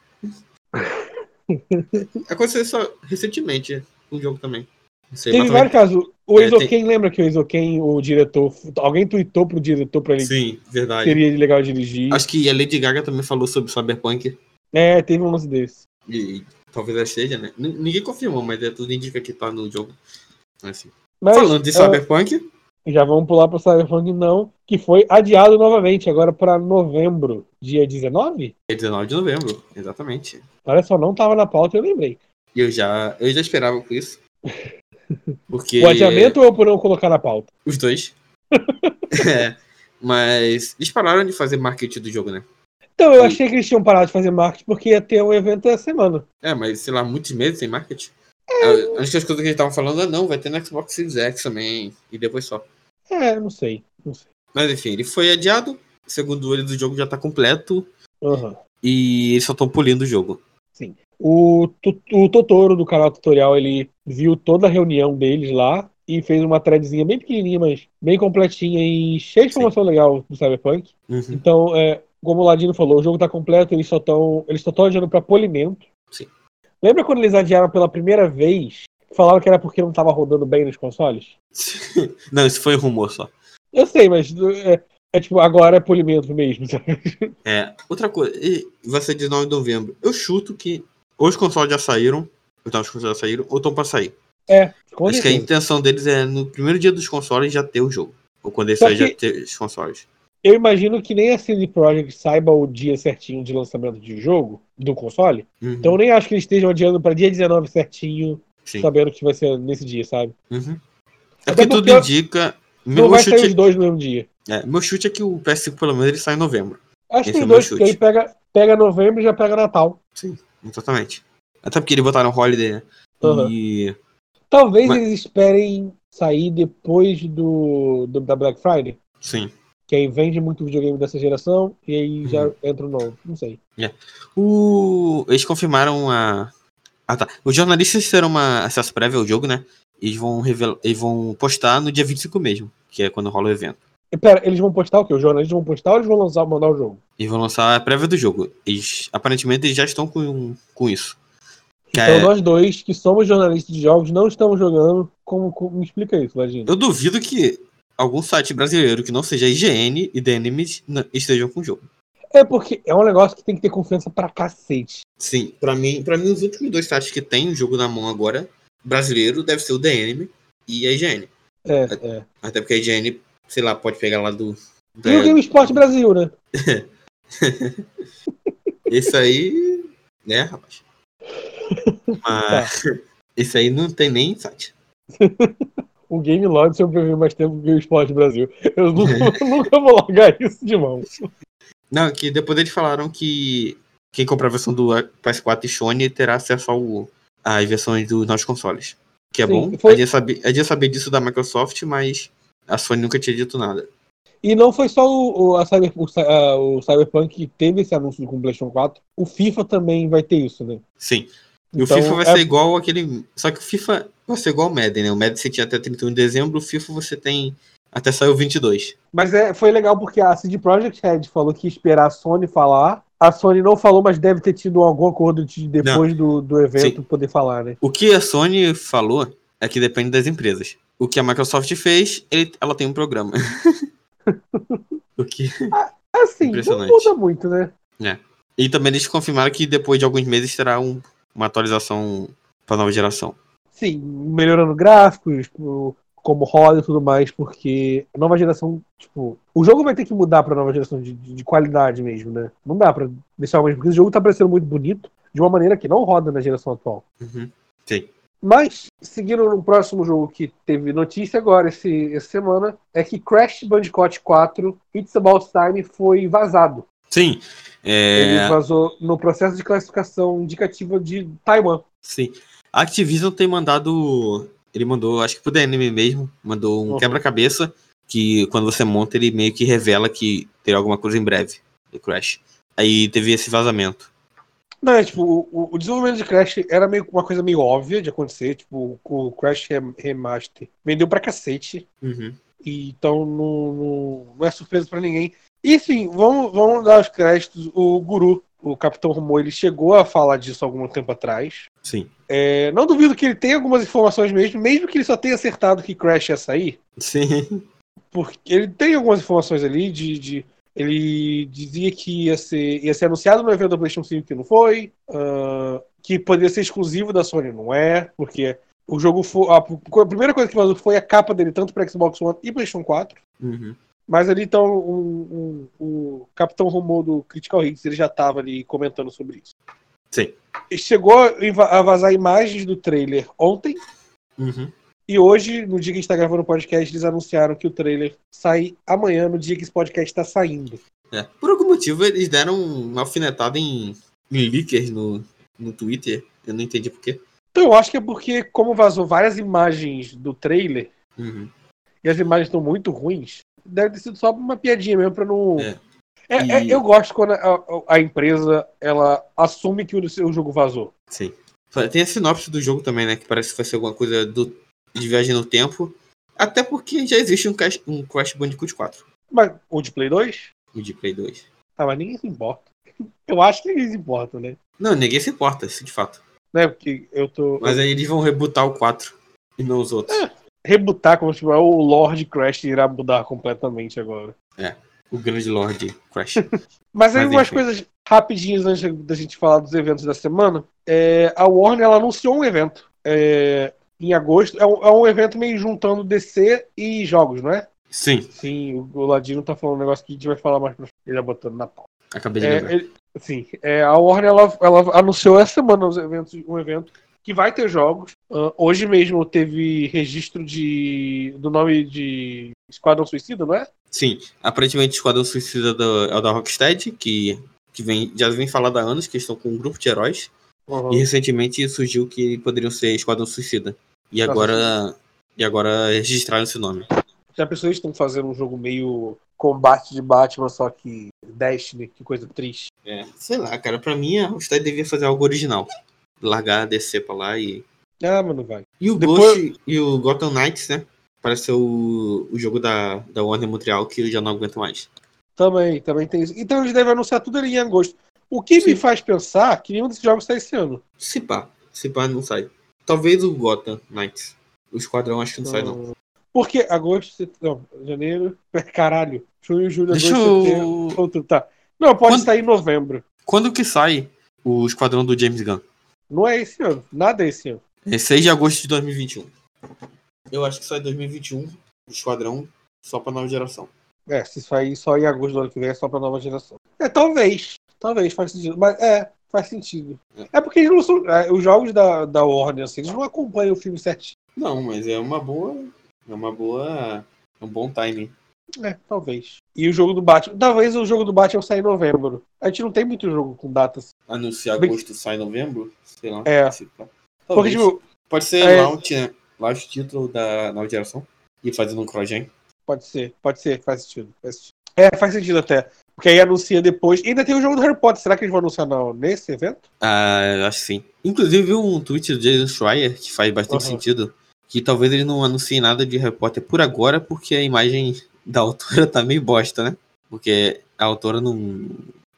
S2: Aconteceu só recentemente um jogo também. Não sei,
S1: Teve
S2: mas
S1: vários casos. O
S2: É,
S1: Eizouken, lembra que o Eizouken, o diretor, alguém tweetou pro diretor pra
S2: também-
S1: ele que
S2: Sim, verdade.
S1: seria legal dirigir.
S2: Acho que a Lady Gaga também falou sobre Cyberpunk.
S1: É, teve um lance desse.
S2: E talvez ela esteja, né? N- ninguém confirmou, mas é, tudo indica que tá no jogo. Assim.
S1: Mas,
S2: Falando de
S1: é,
S2: Cyberpunk,
S1: Já vamos pular para o Cyberpunk não, que foi adiado novamente, agora para novembro, dia 19?
S2: é 19 de novembro, exatamente.
S1: Olha só, não estava na pauta, eu lembrei.
S2: E eu já, eu já esperava
S1: <laughs>
S2: por isso. Porque
S1: O adiamento ou por não colocar na pauta?
S2: os dois. É, mas eles pararam de fazer marketing do jogo, né?
S1: Então, eu
S2: Sim.
S1: achei que eles tinham parado de fazer marketing porque ia ter um evento essa semana.
S2: É, mas sei lá, muitos meses sem marketing. É, Acho que as coisas que eles estavam falando, ah, não, vai ter no Xbox Series X também, e depois só.
S1: É, não sei. Não sei.
S2: Mas enfim, ele foi adiado. Segundo eles, o jogo já tá completo.
S1: Aham.
S2: E eles só estão polindo o jogo.
S1: O, Tu- o Totoro do canal Tutorial, ele viu toda a reunião deles lá e fez uma threadzinha bem pequenininha, mas bem completinha e cheia de
S2: Sim.
S1: informação legal do Cyberpunk.
S2: Uhum.
S1: Então, é, como o Ladino falou, o jogo tá completo, eles só estão eles só tão adiando pra polimento.
S2: Sim.
S1: Lembra quando eles adiaram pela primeira vez? Falaram que era porque não tava rodando bem nos consoles?
S2: Não, isso foi um rumor só.
S1: Eu sei, mas é, é tipo, agora é polimento mesmo. sabe?
S2: É, outra coisa, e vai ser 19 de novembro. Eu chuto que ou os consoles já saíram, então os consoles já saíram, ou estão pra sair.
S1: É, com
S2: Acho que a
S1: certeza.
S2: intenção deles é no primeiro dia dos consoles já ter o jogo. Ou quando eles
S1: Só
S2: saírem já
S1: que-
S2: ter os consoles.
S1: Eu imagino que nem a CD Projekt saiba o dia certinho de lançamento de jogo, do console.
S2: Uhum,
S1: Então eu nem acho que eles estejam adiando pra dia 19 certinho,
S2: sim.
S1: sabendo que vai ser nesse dia, sabe?
S2: Uhum.
S1: Até
S2: É porque tudo
S1: porque-
S2: indica.
S1: Não
S2: Meu,
S1: vai sair os
S2: chute,
S1: dois no mesmo dia.
S2: é, meu chute é que o PS5 pelo menos ele sai em novembro.
S1: Acho que
S2: Esse é
S1: tem
S2: o meu
S1: dois, porque
S2: chute.
S1: aí pega, pega novembro e já pega Natal.
S2: Exatamente. Até porque eles botaram Holiday, né?
S1: Uhum.
S2: E.
S1: Talvez
S2: Mas-
S1: eles esperem sair depois do, do- da Black Friday,
S2: Sim.
S1: que aí vende muito videogame dessa geração e aí já
S2: Uhum.
S1: entra o novo. Não sei.
S2: O... Eles confirmaram a. Ah tá. Os jornalistas terão uma acesso prévio ao jogo, né? Eles vão revelar. Eles vão postar no dia 25 mesmo, que é quando rola o evento.
S1: E pera, eles vão postar o quê? Os jornalistas vão postar ou eles vão lançar, mandar o jogo?
S2: Eles vão lançar a prévia do jogo. Eles, aparentemente eles já estão com, com isso. Que
S1: Então
S2: é-
S1: nós dois, que somos jornalistas de jogos, não estamos jogando. Como, como- me explica isso, Ladino?
S2: Eu duvido que algum site brasileiro que não seja IGN e The Enemies n- estejam com o jogo.
S1: É porque é um negócio que tem que ter confiança pra cacete.
S2: Sim, pra mim, para mim os últimos dois sites que tem o jogo na mão agora, brasileiro, deve ser o The Enemy e a IGN.
S1: É, é.
S2: Até porque a IGN, sei lá, pode pegar lá do
S1: E o
S2: da-
S1: GameSpot Brasil, né?
S2: Esse aí, né,
S1: <laughs>
S2: rapaz? Mas
S1: Tá.
S2: esse aí não tem nem site.
S1: O Game Lord sobrevive mais tempo que o GameSpot Brasil.
S2: <laughs>
S1: Eu nunca, nunca vou largar isso de mão.
S2: Não, que depois eles falaram que quem comprar a versão do PS4 e Sony terá acesso ao, às versões dos nossos consoles. Que é
S1: Sim,
S2: bom.
S1: foi-
S2: A, gente sabia, a gente sabia disso da Microsoft, mas a Sony nunca tinha dito nada.
S1: E não foi só o, o- a Cyber- o Cy- a- o Cyberpunk que teve esse anúncio com o PlayStation 4, o FIFA também vai ter isso, né?
S2: Sim. E
S1: Então,
S2: o FIFA vai
S1: é-
S2: ser igual aquele. Só que o FIFA vai ser igual ao Madden, né? O Madden você tinha até 31 de dezembro, o FIFA você tem até saiu 22.
S1: Mas é, foi legal porque a CD Projekt Red falou que ia esperar a Sony falar. A Sony não falou, mas deve ter tido algum acordo de depois do, do evento poder falar, né?
S2: O que a Sony falou é que depende das empresas. O que a Microsoft fez, ele- ela tem um programa. <laughs> o que...
S1: Assim, não
S2: Impressionante.
S1: muda muito, né?
S2: E também eles confirmaram que depois de alguns meses terá um- uma atualização para nova geração.
S1: Sim, melhorando gráficos, tipo, como roda e tudo mais, porque a nova geração, tipo, o jogo vai ter que mudar pra nova geração de, de- de qualidade mesmo, né? Não dá pra deixar o mesmo, porque o jogo tá parecendo muito bonito de uma maneira que não roda na geração atual.
S2: Uhum. Sim.
S1: Mas, seguindo no próximo jogo que teve notícia agora esse, essa semana, é que Crash Bandicoot 4 It's About Time foi vazado.
S2: Sim. É,
S1: Ele vazou no processo de classificação indicativa de Taiwan.
S2: Sim. A Activision tem mandado. Ele mandou, acho que pro DNM mesmo, mandou um
S1: Uhum.
S2: quebra-cabeça que quando você monta ele meio que revela que terá alguma coisa em breve do Crash. Aí teve esse vazamento.
S1: Não, é, tipo, o- o, o desenvolvimento de Crash era meio, uma coisa meio óbvia de acontecer, tipo, o Crash Rem- Remaster vendeu pra cacete,
S2: Uhum.
S1: e então não, não, não é surpresa pra ninguém. E sim, vamos, vamos dar os créditos, o Guru, o Capitão Rumo, ele chegou a falar disso algum tempo atrás.
S2: Sim.
S1: É, não duvido que ele tenha algumas informações mesmo, mesmo que ele só tenha acertado que Crash ia sair,
S2: <laughs> Sim.
S1: porque ele tem algumas informações ali de. de- ele dizia que ia ser, ia ser anunciado no evento da PlayStation 5 que não foi, ah, que poderia ser exclusivo da Sony, não é, porque o jogo foi. A, a primeira coisa que vazou foi a capa dele, tanto para Xbox One e PlayStation 4.
S2: Uhum.
S1: Mas ali então um- um- o Capitão Rumor do Critical Hits ele já estava ali comentando sobre isso.
S2: Sim.
S1: E Chegou a va- a vazar imagens do trailer ontem.
S2: Uhum.
S1: E hoje, no dia que a gente tá gravando o podcast, eles anunciaram que o trailer sai amanhã, no dia que esse podcast tá saindo.
S2: É. Por algum motivo eles deram uma alfinetada em, em leakers no, no Twitter. Eu não entendi porquê.
S1: Então eu acho que é porque, como vazou várias imagens do trailer,
S2: Uhum.
S1: e as imagens estão muito ruins, deve ter sido só uma piadinha mesmo pra não.
S2: É.
S1: É, é,
S2: E-
S1: eu gosto quando a, a- a empresa ela assume que o seu jogo vazou.
S2: Sim. Tem a sinopse do jogo também, né? Que parece que vai ser alguma coisa do, de viagem no tempo. Até porque já existe um Crash, um Crash Bandicoot 4,
S1: Mas o de Play 2?
S2: o de Play 2.
S1: Ah, mas ninguém se importa. <laughs> Eu acho que ninguém se importa, né?
S2: Não, ninguém se importa, isso de fato.
S1: Né? Porque eu tô.
S2: Mas aí eles vão rebutar o 4 e não os outros.
S1: É. Rebutar como se fosse o Lord Crash irá mudar completamente agora.
S2: O grande Lorde Crash.
S1: Mas aí
S2: Mas,
S1: algumas
S2: enfim.
S1: coisas rapidinhas antes da gente falar dos eventos da semana. É, a Warner ela anunciou um evento é, em agosto. É um, é um evento meio juntando DC e jogos, não é?
S2: Sim,
S1: Sim, o, o Ladino tá falando um negócio que a gente vai falar mais pra frente. Ele tá botando na pau.
S2: acabei de
S1: É,
S2: lembrar.
S1: ele- sim, é, a Warner ela, ela anunciou essa semana os eventos, um evento que vai ter jogos. Ah, hoje mesmo teve registro de, do nome de Esquadrão Suicida, não é?
S2: Sim, aparentemente o Esquadrão Suicida do, é o da Rocksteady, que, que vem, já vem falado há anos que estão com um grupo de heróis. E recentemente surgiu que poderiam ser Esquadrão Suicida. E
S1: Esquadrão
S2: agora, e agora registraram esse nome.
S1: Já pessoas estão fazendo um jogo meio combate de Batman, só que Destiny, que coisa triste.
S2: É, sei lá, cara, pra mim a Rocksteady devia fazer algo original. Largar a DC pra lá e.
S1: Ah, mas não vai.
S2: E o
S1: Depois-
S2: Ghost e o Gotham Knights, né? Parece ser o, o jogo da, da Warner Montreal que eu já não aguento mais.
S1: Também, também tem isso. Então eles devem anunciar tudo ali em agosto. O que me
S2: Sim.
S1: faz pensar que nenhum desses jogos sai esse ano.
S2: Se pá, se pá não sai. Talvez o Gotham Knights. O Esquadrão acho que não sai, não.
S1: Porque agosto, setembro, não, janeiro, <laughs> caralho, junho, julho, agosto,
S2: Deixa
S1: setembro,
S2: eu.
S1: outubro, tá. Não, pode
S2: Quando-
S1: sair em novembro.
S2: Quando que sai o Esquadrão do James Gunn?
S1: Não é esse ano, nada é esse ano.
S2: É 6 de agosto de 2021. Eu acho que sai em 2021 o Esquadrão só pra nova geração.
S1: É, se sair só em agosto do ano que vem, é só pra nova geração. É, talvez. Talvez, faz sentido. Mas é, faz sentido. É porque eles não são. é, os jogos da, da Warner, assim, eles não acompanham o filme certinho.
S2: Não, mas é uma boa. É uma boa. É um bom timing.
S1: É, talvez. E o jogo do Batman. Talvez o jogo do Batman saia em novembro. A gente não tem muito jogo com assim. datas.
S2: Anunciar
S1: Bem-
S2: agosto sai em novembro? Sei lá.
S1: É.
S2: Se pá.
S1: Porque,
S2: Talvez.
S1: tipo,
S2: Pode ser
S1: É.
S2: launch, né? Launch título da nova geração. E fazendo um crogen.
S1: pode ser, pode ser, faz sentido. Faz sentido. É, faz sentido até. Porque aí anuncia depois. E ainda tem o jogo do Harry Potter. Será que eles vão anunciar na- nesse evento?
S2: Ah, eu acho que sim. Inclusive vi um tweet do Jason Schreier, que faz bastante
S1: Aham.
S2: sentido. Que talvez ele não anuncie nada de Harry Potter por agora, porque a imagem da autora <laughs> tá meio bosta, né? Porque a autora não,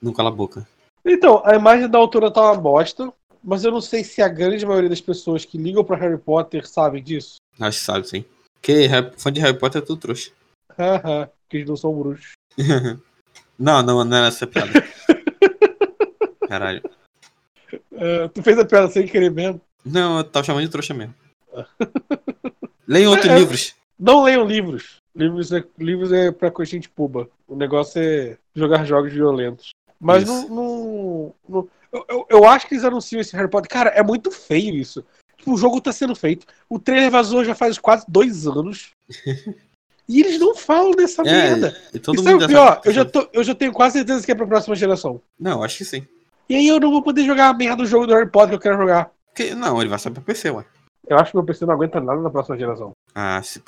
S2: não cala a boca.
S1: Então, a imagem da autora tá uma bosta. Mas eu não sei se a grande maioria das pessoas que ligam pra Harry Potter sabem disso.
S2: Acho que sabe, sim. Porque Harry- fã de Harry Potter é tudo trouxa.
S1: Haha, <laughs> porque eles não são bruxos.
S2: Não, não, não era
S1: <laughs>
S2: essa piada. Caralho.
S1: Ah, tu fez a piada sem querer mesmo? <laughs>
S2: Não, eu tava chamando de trouxa mesmo. Leiam outros
S1: É, é.
S2: livros.
S1: Não leiam livros. Livros é, livros é pra coisa gente boba. O negócio é jogar jogos violentos. Mas não.
S2: Isso.
S1: não- não- eu, eu- eu acho que eles anunciam esse Harry Potter. Cara, é muito feio isso. Tipo, o jogo tá sendo feito. O trailer vazou já faz quase dois
S2: <laughs>
S1: anos. e eles não falam dessa merda.
S2: É, e
S1: Todo
S2: todo
S1: e sabe o
S2: mundo já
S1: pior?
S2: sabe.
S1: Eu já, tô- eu já tenho quase certeza que é pra próxima geração.
S2: Não, acho que sim.
S1: E aí eu não vou poder jogar a merda do jogo do Harry Potter que eu quero jogar.
S2: Porque- não, ele vai saber pra PC, ué.
S1: Eu acho que meu PC não aguenta nada na próxima geração.
S2: Ah, se,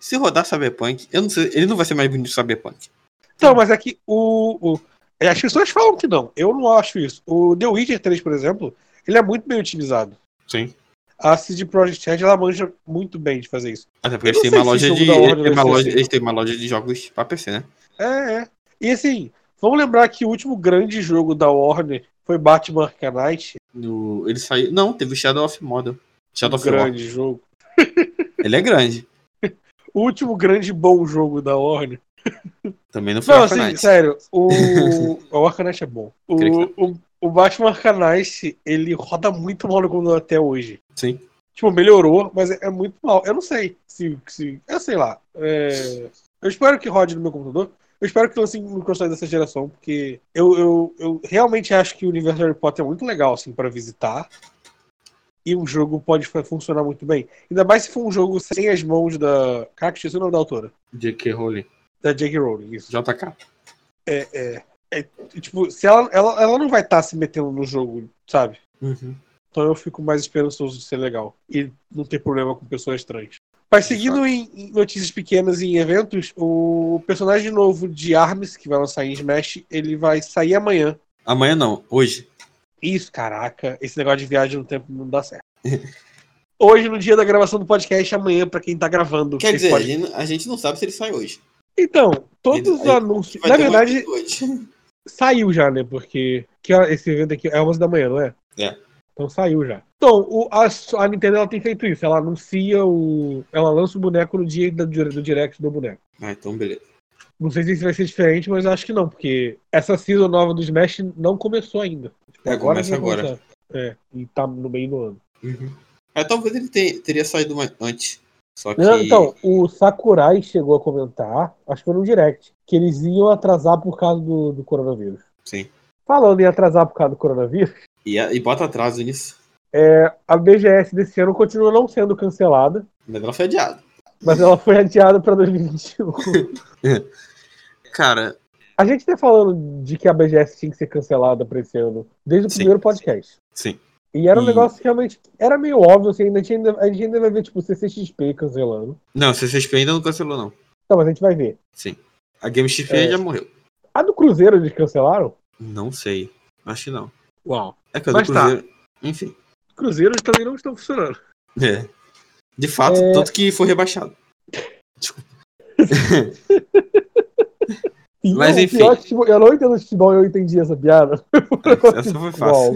S2: se rodar Cyberpunk, eu não sei, ele não vai ser mais bonito que Cyberpunk.
S1: Então, mas é que o, o- é, As pessoas falam que não. Eu não acho isso. O The Witcher 3, por exemplo, ele é muito bem otimizado.
S2: Sim.
S1: A CD Projekt Red, ela manja muito bem de fazer isso.
S2: Até porque
S1: Eu não
S2: eles têm
S1: sei
S2: uma
S1: se
S2: loja
S1: jogo
S2: de.
S1: da Order
S2: Eles têm
S1: vai
S2: uma
S1: ser
S2: loja,
S1: assim.
S2: eles têm uma loja de jogos pra PC, né?
S1: É, é. E assim, vamos lembrar que o último grande jogo da Warner foi Batman Arkham Knight.
S2: No, ele saiu. Não, teve o Shadow of Model. Shadow of War.
S1: grande jogo.
S2: Ele é grande.
S1: O último grande bom jogo da Warner.
S2: Também não foi
S1: Não,
S2: não,
S1: assim, sério, o, <laughs> o Arcanite é bom.
S2: Creio que
S1: O, o, o Batman Arcanite, ele roda muito mal no computador até hoje.
S2: Sim.
S1: Tipo, melhorou, mas é, é muito mal. Eu não sei se. se eu sei lá. É, eu espero que rode no meu computador. Eu espero que lance no console dessa geração, porque eu, eu, eu realmente acho que o universo Harry Potter é muito legal, assim, pra visitar. E o jogo pode fa- funcionar muito bem. Ainda mais se for um jogo sem as mãos da. Caraca, esqueci o nome da autora.
S2: JK Rowling.
S1: Da J.K. Rowling, isso.
S2: JK.
S1: E, tipo, se ela, ela, ela não vai estar se metendo no jogo, sabe?
S2: Uhum.
S1: Então eu fico mais esperançoso de ser legal. E não ter problema com pessoas trans. Mas seguindo em, em notícias pequenas e em eventos, o personagem novo de Arms, que vai lançar em Smash, ele vai sair amanhã.
S2: Amanhã não, hoje.
S1: Isso, caraca, esse negócio de viagem no tempo não dá
S2: <laughs>
S1: certo. Hoje, no dia da gravação do podcast, amanhã, pra quem tá gravando.
S2: Quer
S1: esse
S2: dizer, a
S1: podcast.
S2: gente, a gente não sabe se ele sai hoje.
S1: Então, todos
S2: Ele-
S1: os
S2: ele-
S1: anúncios.
S2: Vai
S1: Na
S2: ter um
S1: verdade,
S2: evento hoje. <laughs>
S1: saiu já, né? Porque que hora- esse evento aqui é 11 da manhã, não é?
S2: É.
S1: Então saiu já. Então, o- a, a Nintendo ela tem feito isso. Ela anuncia o. Ela lança o boneco no dia da- do direct do boneco.
S2: Ah, então beleza.
S1: Não sei se isso vai ser diferente, mas eu acho que não, porque essa season nova do Smash não começou ainda. Tipo,
S2: É, começa
S1: que vai
S2: agora.
S1: começar. É, e tá no meio do ano.
S2: Ah, talvez ele te- teria saído mais- antes. Só que.
S1: Não, Então, o Sakurai chegou a comentar, acho que foi no direct, que eles iam atrasar por causa do, do coronavírus.
S2: Sim.
S1: Falando em atrasar por causa do coronavírus.
S2: E, a- e bota atraso nisso.
S1: A BGS desse ano continua não sendo cancelada,
S2: Mas ela foi adiada.
S1: mas ela foi adiada para 2021.
S2: Cara,
S1: A gente tá falando de que a BGS tinha que ser cancelada para esse ano, desde o
S2: Sim.
S1: primeiro podcast.
S2: Sim.
S1: E era um
S2: E-
S1: negócio que realmente era meio óbvio, assim, ainda tinha- a gente ainda vai ver, tipo, CCXP cancelando.
S2: não, CCXP ainda não cancelou, não.
S1: Não, mas a gente vai ver.
S2: A GameXP
S1: É.
S2: já morreu.
S1: A do Cruzeiro eles cancelaram?
S2: Não sei. Acho que não.
S1: Uau.
S2: É que eu do
S1: Mas tá.
S2: Cruzeiro. Enfim.
S1: Cruzeiros também não estão funcionando.
S2: É. De fato,
S1: É.
S2: tanto que
S1: <laughs>
S2: foi rebaixado.
S1: E
S2: Mas
S1: o
S2: enfim.
S1: pior é que, tipo, eu não entendo futebol, eu entendi essa piada.
S2: <laughs> Essa foi fácil.
S1: Uau.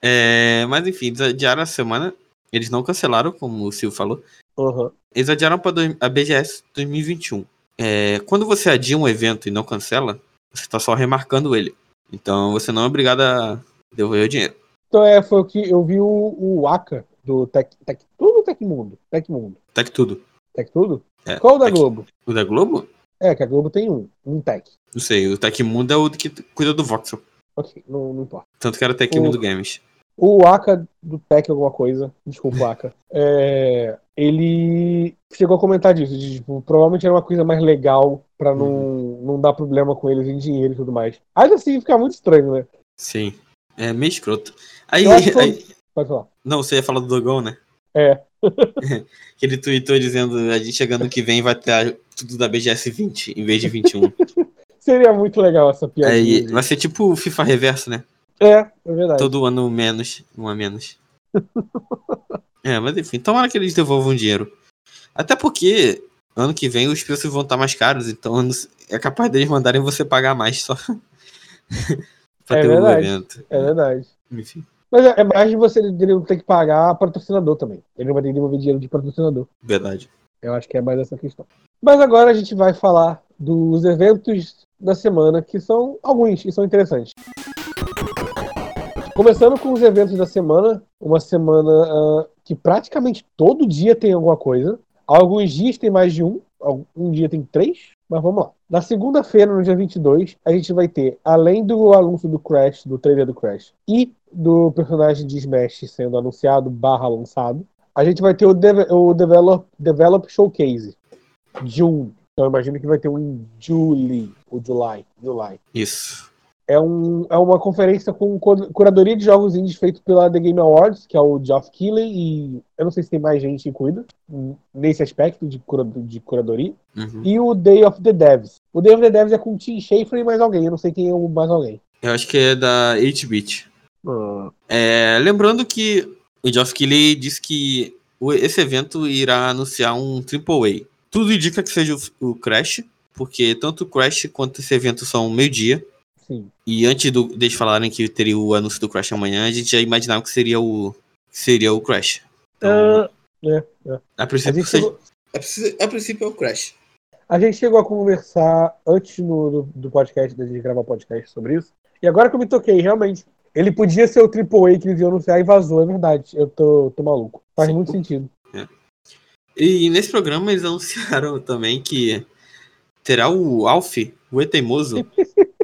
S2: É, mas enfim, eles adiaram a semana. Eles não cancelaram, como o Silvio falou.
S1: Aham.
S2: Eles adiaram para a BGS 2021. É, quando você adia um evento e não cancela, você está só remarcando ele. Então você não é obrigado a devolver o dinheiro.
S1: Então é, foi o que eu vi o, o Aka do Tec, Tec, tudo Tecmundo. Tecmundo.
S2: Até que tudo.
S1: Tec tudo?
S2: É,
S1: Qual o da
S2: Tec-
S1: Globo?
S2: O da Globo?
S1: É, que a Globo tem um, um Tec.
S2: Não sei, o Tecmundo é o que cuida do Voxel.
S1: Ok, não, não importa.
S2: Tanto que era Tecmundo Games.
S1: O Aka do Tec alguma coisa, desculpa, Aka. É, ele chegou a comentar disso, de, tipo, provavelmente era uma coisa mais legal pra não, não dar problema com eles em dinheiro e tudo mais. Ainda assim fica muito estranho, né?
S2: Sim. É meio escroto. Aí,
S1: Eu acho que-
S2: aí-
S1: Pode falar.
S2: não, você ia falar do Dogão, né?
S1: É.
S2: Que <laughs> ele tweetou dizendo: a gente chegando que vem vai ter tudo da BGS 20 em vez de
S1: <laughs>
S2: 21.
S1: Seria muito legal essa piada.
S2: Aí, vai ser tipo o FIFA reverso, né?
S1: É, é verdade.
S2: Todo ano menos, um
S1: <laughs>
S2: a menos. é, mas enfim, tomara que eles devolvam dinheiro. Até porque ano que vem os preços vão estar mais caros, então eu não sei- é capaz deles mandarem você pagar mais só <laughs> pra
S1: É
S2: ter o
S1: verdade.
S2: evento.
S1: É verdade.
S2: Enfim,
S1: Mas é é mais de você ele não ter que pagar patrocinador também. Ele não vai ter que devolver dinheiro de patrocinador.
S2: verdade.
S1: Eu acho que é mais essa questão. Mas agora a gente vai falar dos eventos da semana, que são alguns e são interessantes. Começando com os eventos da semana, uma semana ah, que praticamente todo dia tem alguma coisa. Alguns dias tem mais de um, um dia tem três, mas vamos lá. Na segunda-feira, no dia 22, a gente vai ter, além do anúncio do Crash, do trailer do Crash, e do personagem de Smash sendo anunciado barra lançado, a gente vai ter o, deve- o develop, develop Showcase de um. Então eu imagino que vai ter um em July, ou July, July.
S2: Isso.
S1: É, um, é uma conferência com cu- curadoria de jogos indies feito pela The Game Awards, que é o Geoff Keighley, e eu não sei se tem mais gente que cuida hum, nesse aspecto de, cura, de curadoria
S2: Uhum.
S1: e o Day of the Devs. O Day of the Devs é com o Tim Schafer e mais alguém, eu não sei quem é o mais alguém.
S2: Eu acho que é da 8-bit.
S1: Ah.
S2: É, lembrando que o Geoff Keighley disse que o- esse evento irá anunciar um AAA. Tudo indica que seja o, o Crash, porque tanto o Crash quanto esse evento são meio-dia.
S1: Sim.
S2: E antes do, deles falarem que teria o anúncio do Crash amanhã, a gente já imaginava que seria o, que seria o Crash. Então,
S1: Ah, é, é.
S2: a,
S1: A,
S2: princípio,
S1: gente chegou,
S2: a princípio- a princípio é o Crash.
S1: a gente chegou a conversar antes no, do, do podcast, da gente gravar o podcast sobre isso. E agora que eu me toquei, realmente. Ele podia ser o AAA que eles iam anunciar e vazou, é verdade. Eu tô, tô maluco. Faz
S2: Sim.
S1: muito sentido.
S2: E nesse programa eles anunciaram <laughs> também que terá o Alf, o E Teimoso,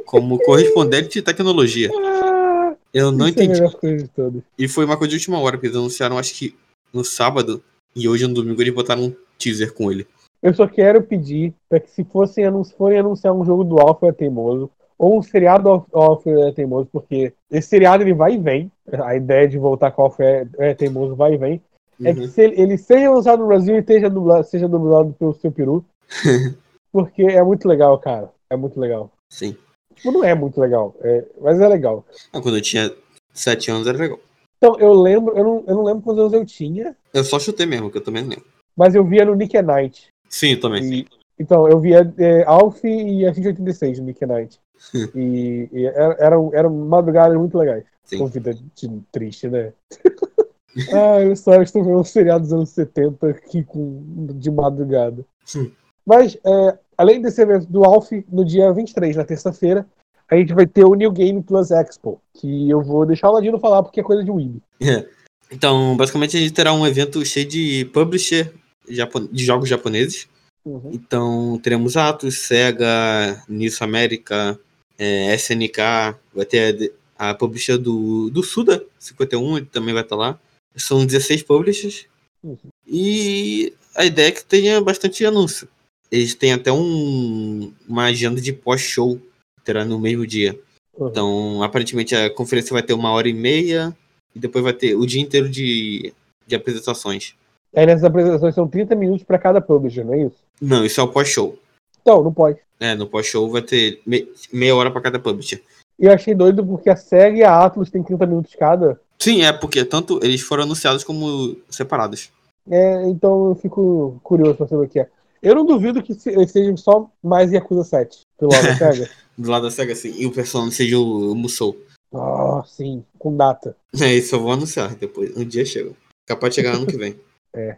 S2: como correspondente de tecnologia.
S1: Ah,
S2: Eu não
S1: isso é a
S2: entendi.
S1: melhor coisa de todas.
S2: E foi uma coisa de última hora, porque eles anunciaram acho que no sábado e hoje no domingo eles botaram um teaser com ele.
S1: Eu só quero pedir para que se fossem anun- forem anunciar um jogo do Alpha é Teimoso, ou um seriado do Al- Alpha é Teimoso, porque esse seriado ele vai e vem. A ideia de voltar com o Alpha é, é Teimoso vai e vem. É que
S2: Uhum.
S1: se ele, ele seja lançado no Brasil e seja dublado, seja dublado pelo seu
S2: <laughs>
S1: peru. porque é muito legal, cara. É muito legal.
S2: Sim.
S1: Tipo, não é muito legal, é- mas é legal.
S2: Ah, Quando eu tinha 7 anos era legal.
S1: Então, eu lembro, eu não, eu não lembro quantos anos eu tinha,
S2: Eu só chutei mesmo, que eu também não lembro.
S1: mas eu via no Nick and Knight.
S2: Sim, eu também.
S1: E- então, eu via é, Alf e a 186 no Nick Knight.
S2: <laughs>
S1: E, e era- eram, eram madrugadas muito legais.
S2: Sim.
S1: Com vida de- triste, né? <laughs> ah, eu só estou vendo um seriado dos anos 70 aqui com, de madrugada.
S2: Sim.
S1: Mas, é, além desse evento do Alf, no dia 23, na terça-feira, a gente vai ter o New Game Plus Expo. Que eu vou deixar o Ladino falar porque é coisa de Wii.
S2: Então, basicamente, a gente terá um evento cheio de publisher japo- de jogos japoneses. Então, teremos Atos, Sega, Nisso América, eh, SNK, vai ter a de- a publisher do, do Suda, 51, ele também vai estar lá. São 16 publishers.
S1: Uhum.
S2: E a ideia é que tenha bastante anúncio. Eles têm até um, uma agenda de pós-show, que terá no mesmo dia.
S1: Uhum.
S2: Então, aparentemente, a conferência vai ter uma hora e meia, e depois vai ter o dia inteiro de, de apresentações.
S1: Aí nessas apresentações são 30 minutos para cada publisher, não é isso?
S2: Não, isso é o pós-show.
S1: Então, não pode.
S2: É, no pós-show vai ter me- meia hora pra cada publisher.
S1: E eu achei doido porque a SEG e a Atlas tem 30 minutos cada.
S2: Sim, é porque tanto eles foram anunciados como separados.
S1: É, então eu fico curioso pra saber o que é. Eu não duvido que se- seja só mais Yakuza 7 pelo
S2: <laughs>
S1: lado da SEGA.
S2: Do lado da SEGA, sim. E o personagem seja o Musou.
S1: Ah, sim, com data.
S2: <laughs> É, isso eu vou anunciar depois. Um dia chega. Capaz de chegar ano que vem.
S1: <laughs> É.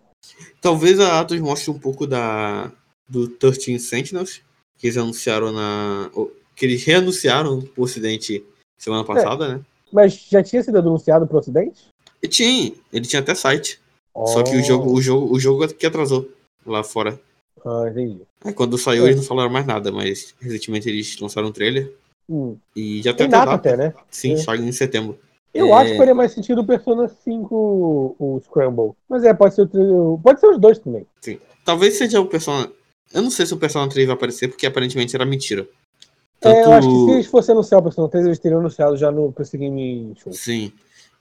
S2: Talvez a Atos mostre um pouco da do 13 Sentinels, que eles anunciaram na. o- que eles reanunciaram pro Ocidente
S1: É.
S2: semana passada, né?
S1: Mas já tinha sido anunciado pro Ocidente?
S2: E tinha, ele tinha até site. Só que o
S1: Oh,
S2: jogo, o jogo, o jogo é que atrasou lá fora.
S1: Ah, entendi.
S2: Aí quando
S1: É.
S2: saiu eles não falaram mais nada, mas recentemente eles lançaram um trailer
S1: Hum,
S2: e já
S1: Tem
S2: até
S1: data até, né?
S2: Sim,
S1: É.
S2: sai em setembro.
S1: Eu
S2: É.
S1: acho que faria mais sentido o Persona 5, o- o Scramble. Mas é, pode ser, o tri- pode ser os dois também.
S2: Talvez seja o Persona. Eu não sei se o Persona 3 vai aparecer, porque aparentemente era mentira.
S1: É,
S2: Tanto...
S1: eu acho que se eles fossem anunciar o Persona 3, eles teriam anunciado já no PC Game Show.
S2: Sim.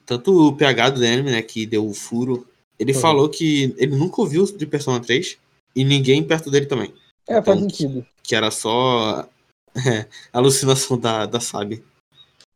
S2: Tanto o PH do Anime, né, que deu o furo, ele
S1: Uhum.
S2: falou que ele nunca ouviu de Persona 3 e ninguém perto dele também.
S1: É, faz
S2: Então,
S1: sentido.
S2: Que era só <laughs> é, alucinação da, da Sabe.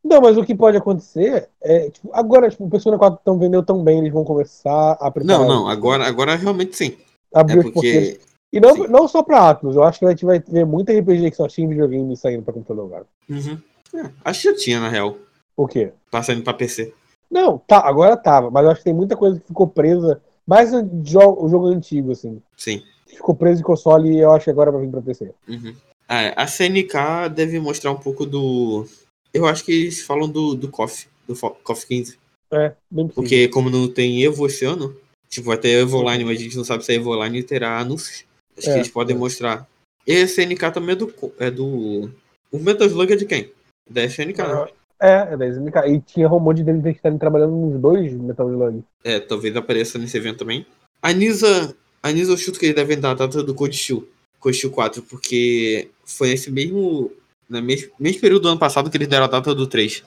S1: Não, mas o que pode acontecer é, tipo, agora, tipo, o Persona 4 tão vendeu tão bem, eles vão começar a preparar.
S2: Não, não, agora, agora realmente sim.
S1: Abrir
S2: É
S1: os porqueiros.
S2: porque.
S1: E não,
S2: sim.
S1: não só pra Atlas, eu acho que a gente vai ver muita RPG que só tinha em videogame saindo pra computador agora.
S2: Uhum. É, acho que já tinha, na real.
S1: O quê?
S2: Tá saindo pra PC.
S1: Não, tá, agora tava, mas eu acho que tem muita coisa que ficou presa, mais o jo- o jogo antigo, assim.
S2: Sim.
S1: Ficou preso em console e eu acho que agora vai vir pra PC.
S2: Uhum. Ah, é, a CNK deve mostrar um pouco do. Eu acho que eles falam do, do KOF, do fo- KOF 15.
S1: É, bem possível.
S2: Porque como não tem Evo esse ano, Tipo, até Evoline, mas a gente não sabe se a Evoline terá anúncios. Acho
S1: É,
S2: que eles podem mostrar. E a SNK também é do. co- É do... O Metal Slug é de quem? Da SNK. né?
S1: É, é da SNK. E tinha rumor de eles estarem trabalhando nos dois Metal Slug.
S2: É, talvez apareça nesse evento também. A Nisa, a Nisa eu chuto que ele deve entrar na data do Code Steel, Code Steel 4, porque foi nesse mesmo, na mesmo, mesmo período do ano passado que eles deram a data do 3.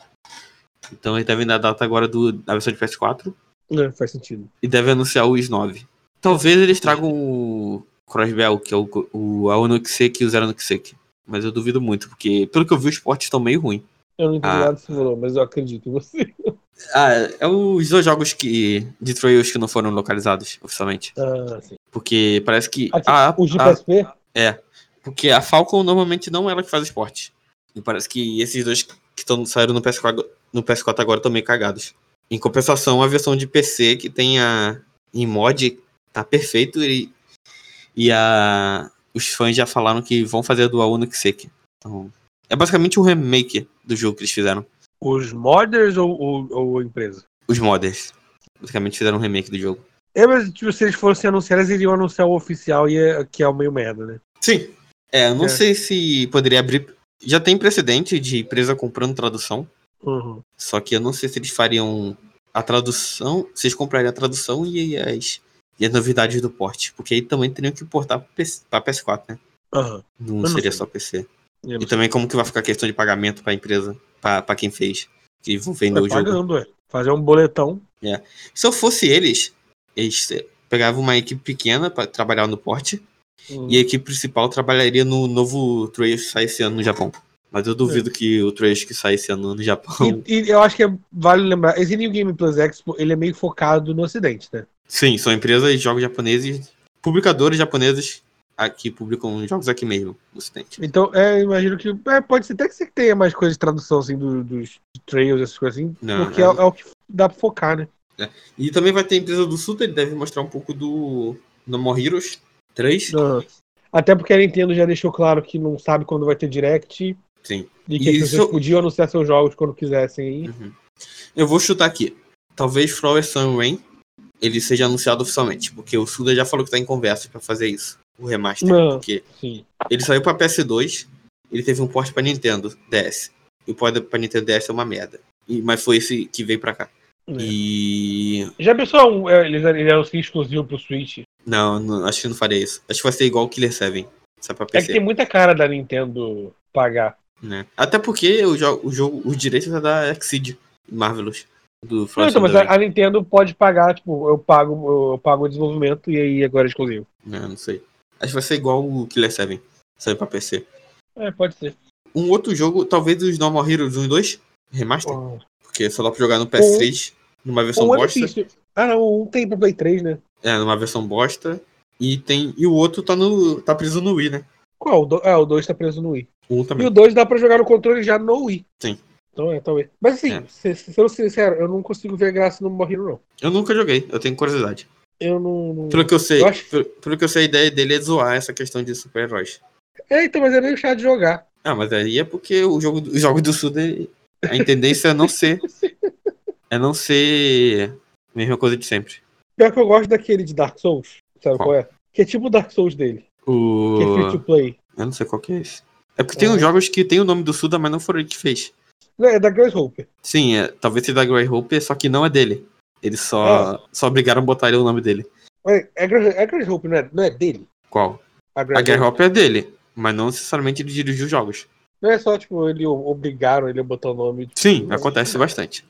S2: Então eles devem dar a data agora do, da versão de PS4
S1: É, faz sentido.
S2: e devem anunciar o Is9. Talvez eles tragam o Crossbell, que é o, co- o Aonuxek e o Zeronuxek. Mas eu duvido muito, porque pelo que eu vi os portes estão meio ruins.
S1: Eu não entendi
S2: Ah.
S1: nada do que você falou, mas eu acredito em você.
S2: Ah, é os dois jogos que de Trails que não foram localizados oficialmente.
S1: Ah, sim.
S2: Porque parece que.
S1: Aqui,
S2: a-
S1: Os de
S2: a-
S1: PSP?
S2: É, porque a Falcon normalmente não é ela que faz esporte. E parece que esses dois que tão, saíram no PS4, agora- no PS4 agora estão meio cagados. Em compensação, a versão de PC que tem a em mod tá perfeito e, e a, os fãs já falaram que vão fazer a do Aonuxek. Então, é basicamente um remake do jogo que eles fizeram.
S1: Os modders ou, ou, ou a empresa?
S2: Os modders. Basicamente fizeram um remake do jogo.
S1: É, mas tipo, se eles fossem anunciar, eles iriam anunciar o oficial, e é- que é o meio merda, né?
S2: Sim. É, eu não
S1: É.
S2: sei se poderia abrir. Já tem precedente de empresa comprando tradução.
S1: Uhum.
S2: Só que eu não sei se eles fariam a tradução, se eles comprariam a tradução e as, e as novidades do porte. Porque aí também teriam que importar pra PS pra PS4, né?
S1: Aham.
S2: Não,
S1: não
S2: seria
S1: sei.
S2: só PC.
S1: Eu não
S2: E
S1: sei.
S2: também como que vai ficar a questão de pagamento pra empresa, pra pra quem fez, que vão vender
S1: Vai
S2: o jogo.
S1: pagando, é. Fazer um boletão.
S2: Se eu fosse eles, eles eh, pegavam uma equipe pequena pra trabalhar no porte
S1: Uhum.
S2: e a equipe principal trabalharia no novo Trails que sai esse ano no Japão. Mas eu
S1: É.
S2: duvido que o Trails que sai esse ano no Japão.
S1: E, e eu acho que é, vale lembrar, esse New Game Plus Expo, ele é meio focado no ocidente, né?
S2: Sim, são empresas de jogos japoneses, publicadores japoneses aqui publicam jogos aqui mesmo, no Ocidente.
S1: Então, é, eu imagino que. é, pode ser até que você tenha mais coisa de tradução, assim, do- dos trails, essas coisas assim.
S2: Não,
S1: porque é,
S2: não.
S1: é o que dá pra focar, né?
S2: E também vai ter empresa do Sul, ele deve mostrar um pouco do No More Heroes 3.
S1: Ah. Até porque a Nintendo já deixou claro que não sabe quando vai ter direct.
S2: Sim.
S1: E que
S2: Isso-
S1: as pessoas podiam anunciar seus jogos quando quisessem. aí.
S2: Uhum. Eu vou chutar aqui. Talvez Flower Sun Rain ele seja anunciado oficialmente, porque o Suda já falou que tá em conversa pra fazer isso, o remaster,
S1: Não.
S2: porque
S1: Sim.
S2: ele saiu pra PS2, ele teve um porte pra Nintendo DS. E o porte pra Nintendo DS é uma merda. E- mas foi esse que veio pra cá. E
S1: Já pensou um, é, eles ele anunciam exclusivo pro Switch? É
S2: Não, não, acho que não faria isso. Acho que vai ser igual o Killer 7. Só pra
S1: É que
S2: PC.
S1: tem muita cara da Nintendo pagar.
S2: né? Até porque o, jo o jogo, os direitos é da Exceed Marvelous. Do
S1: Não,
S2: Frost
S1: então, mas
S2: Underground.
S1: a, a Nintendo pode pagar, tipo, eu pago, eu pago o desenvolvimento e aí agora é exclusivo.
S2: Né, Não, não sei. Acho que vai ser igual o Killer 7. Saiu pra PC.
S1: É, pode ser.
S2: Um outro jogo, talvez os Normal Heroes 1 e 2. Remaster.
S1: Ou
S2: Porque é só dá pra jogar no PS3. Numa versão
S1: ou é
S2: bosta.
S1: difícil. Ah, não, um tem pro Play 3, né?
S2: É, numa versão bosta. E tem. E o outro tá no. tá preso no Wii, né?
S1: Qual? O do... Ah, o 2 tá preso no Wii.
S2: Um
S1: E
S2: também.
S1: o 2 dá pra jogar no controle já no Wii.
S2: Sim.
S1: Então é, talvez. Mas assim,
S2: É.
S1: se- se- sendo sincero, eu não consigo ver graça no Morrino, não.
S2: Eu nunca joguei, eu tenho curiosidade.
S1: Eu não. não-
S2: Pelo que eu sei,
S1: Eu acho-
S2: pelo, pelo que eu sei, a ideia dele é zoar essa questão de super-heróis.
S1: É, então, mas eu nem deixar de jogar.
S2: Ah, mas aí é porque o jogo, os jogos do Sul, ele- a tendência
S1: <laughs>
S2: é não ser. É não ser a mesma coisa de sempre.
S1: Pior que eu gosto daquele de Dark Souls. Sabe
S2: Qual?
S1: qual, é? Que é tipo o Dark Souls dele. Que é free
S2: O...
S1: to play.
S2: Eu não sei qual que é esse. É porque tem uns jogos que tem o nome do Suda, mas não foram ele que fez.
S1: Não, é da Grace Hope.
S2: Sim, é, talvez seja da Grey Hope, só que não é dele. Eles só, só obrigaram a botar o nome dele.
S1: É, é Grace é Grace Hope, não é, não é dele?
S2: Qual?
S1: A
S2: A
S1: Grace
S2: Grey Hope é dele, mas não necessariamente ele dirigiu os jogos.
S1: Não é só, tipo, ele o- obrigaram ele a botar o nome.
S2: Sim, acontece bastante.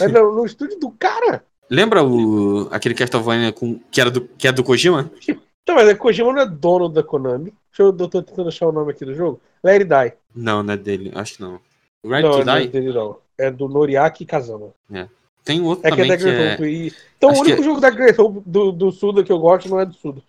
S1: É no, no estúdio do cara.
S2: Lembra o aquele Castlevania com, que, era do, que é do Kojima?
S1: Então, mas a Kojima não é dono da Konami. Deixa eu, eu tô tentando achar o nome aqui do jogo. Let It Die.
S2: Não, não é dele, acho que não. Right
S1: não,
S2: to
S1: não é
S2: Die?
S1: dele, não. É do Noriaki Kazama.
S2: Tem um outro
S1: É que é
S2: também
S1: da
S2: que
S1: Grey
S2: é...
S1: Hope. E... Então,
S2: Acho
S1: o único
S2: que- é-
S1: jogo da Grey Hope do, do Suda que eu gosto não é do Suda.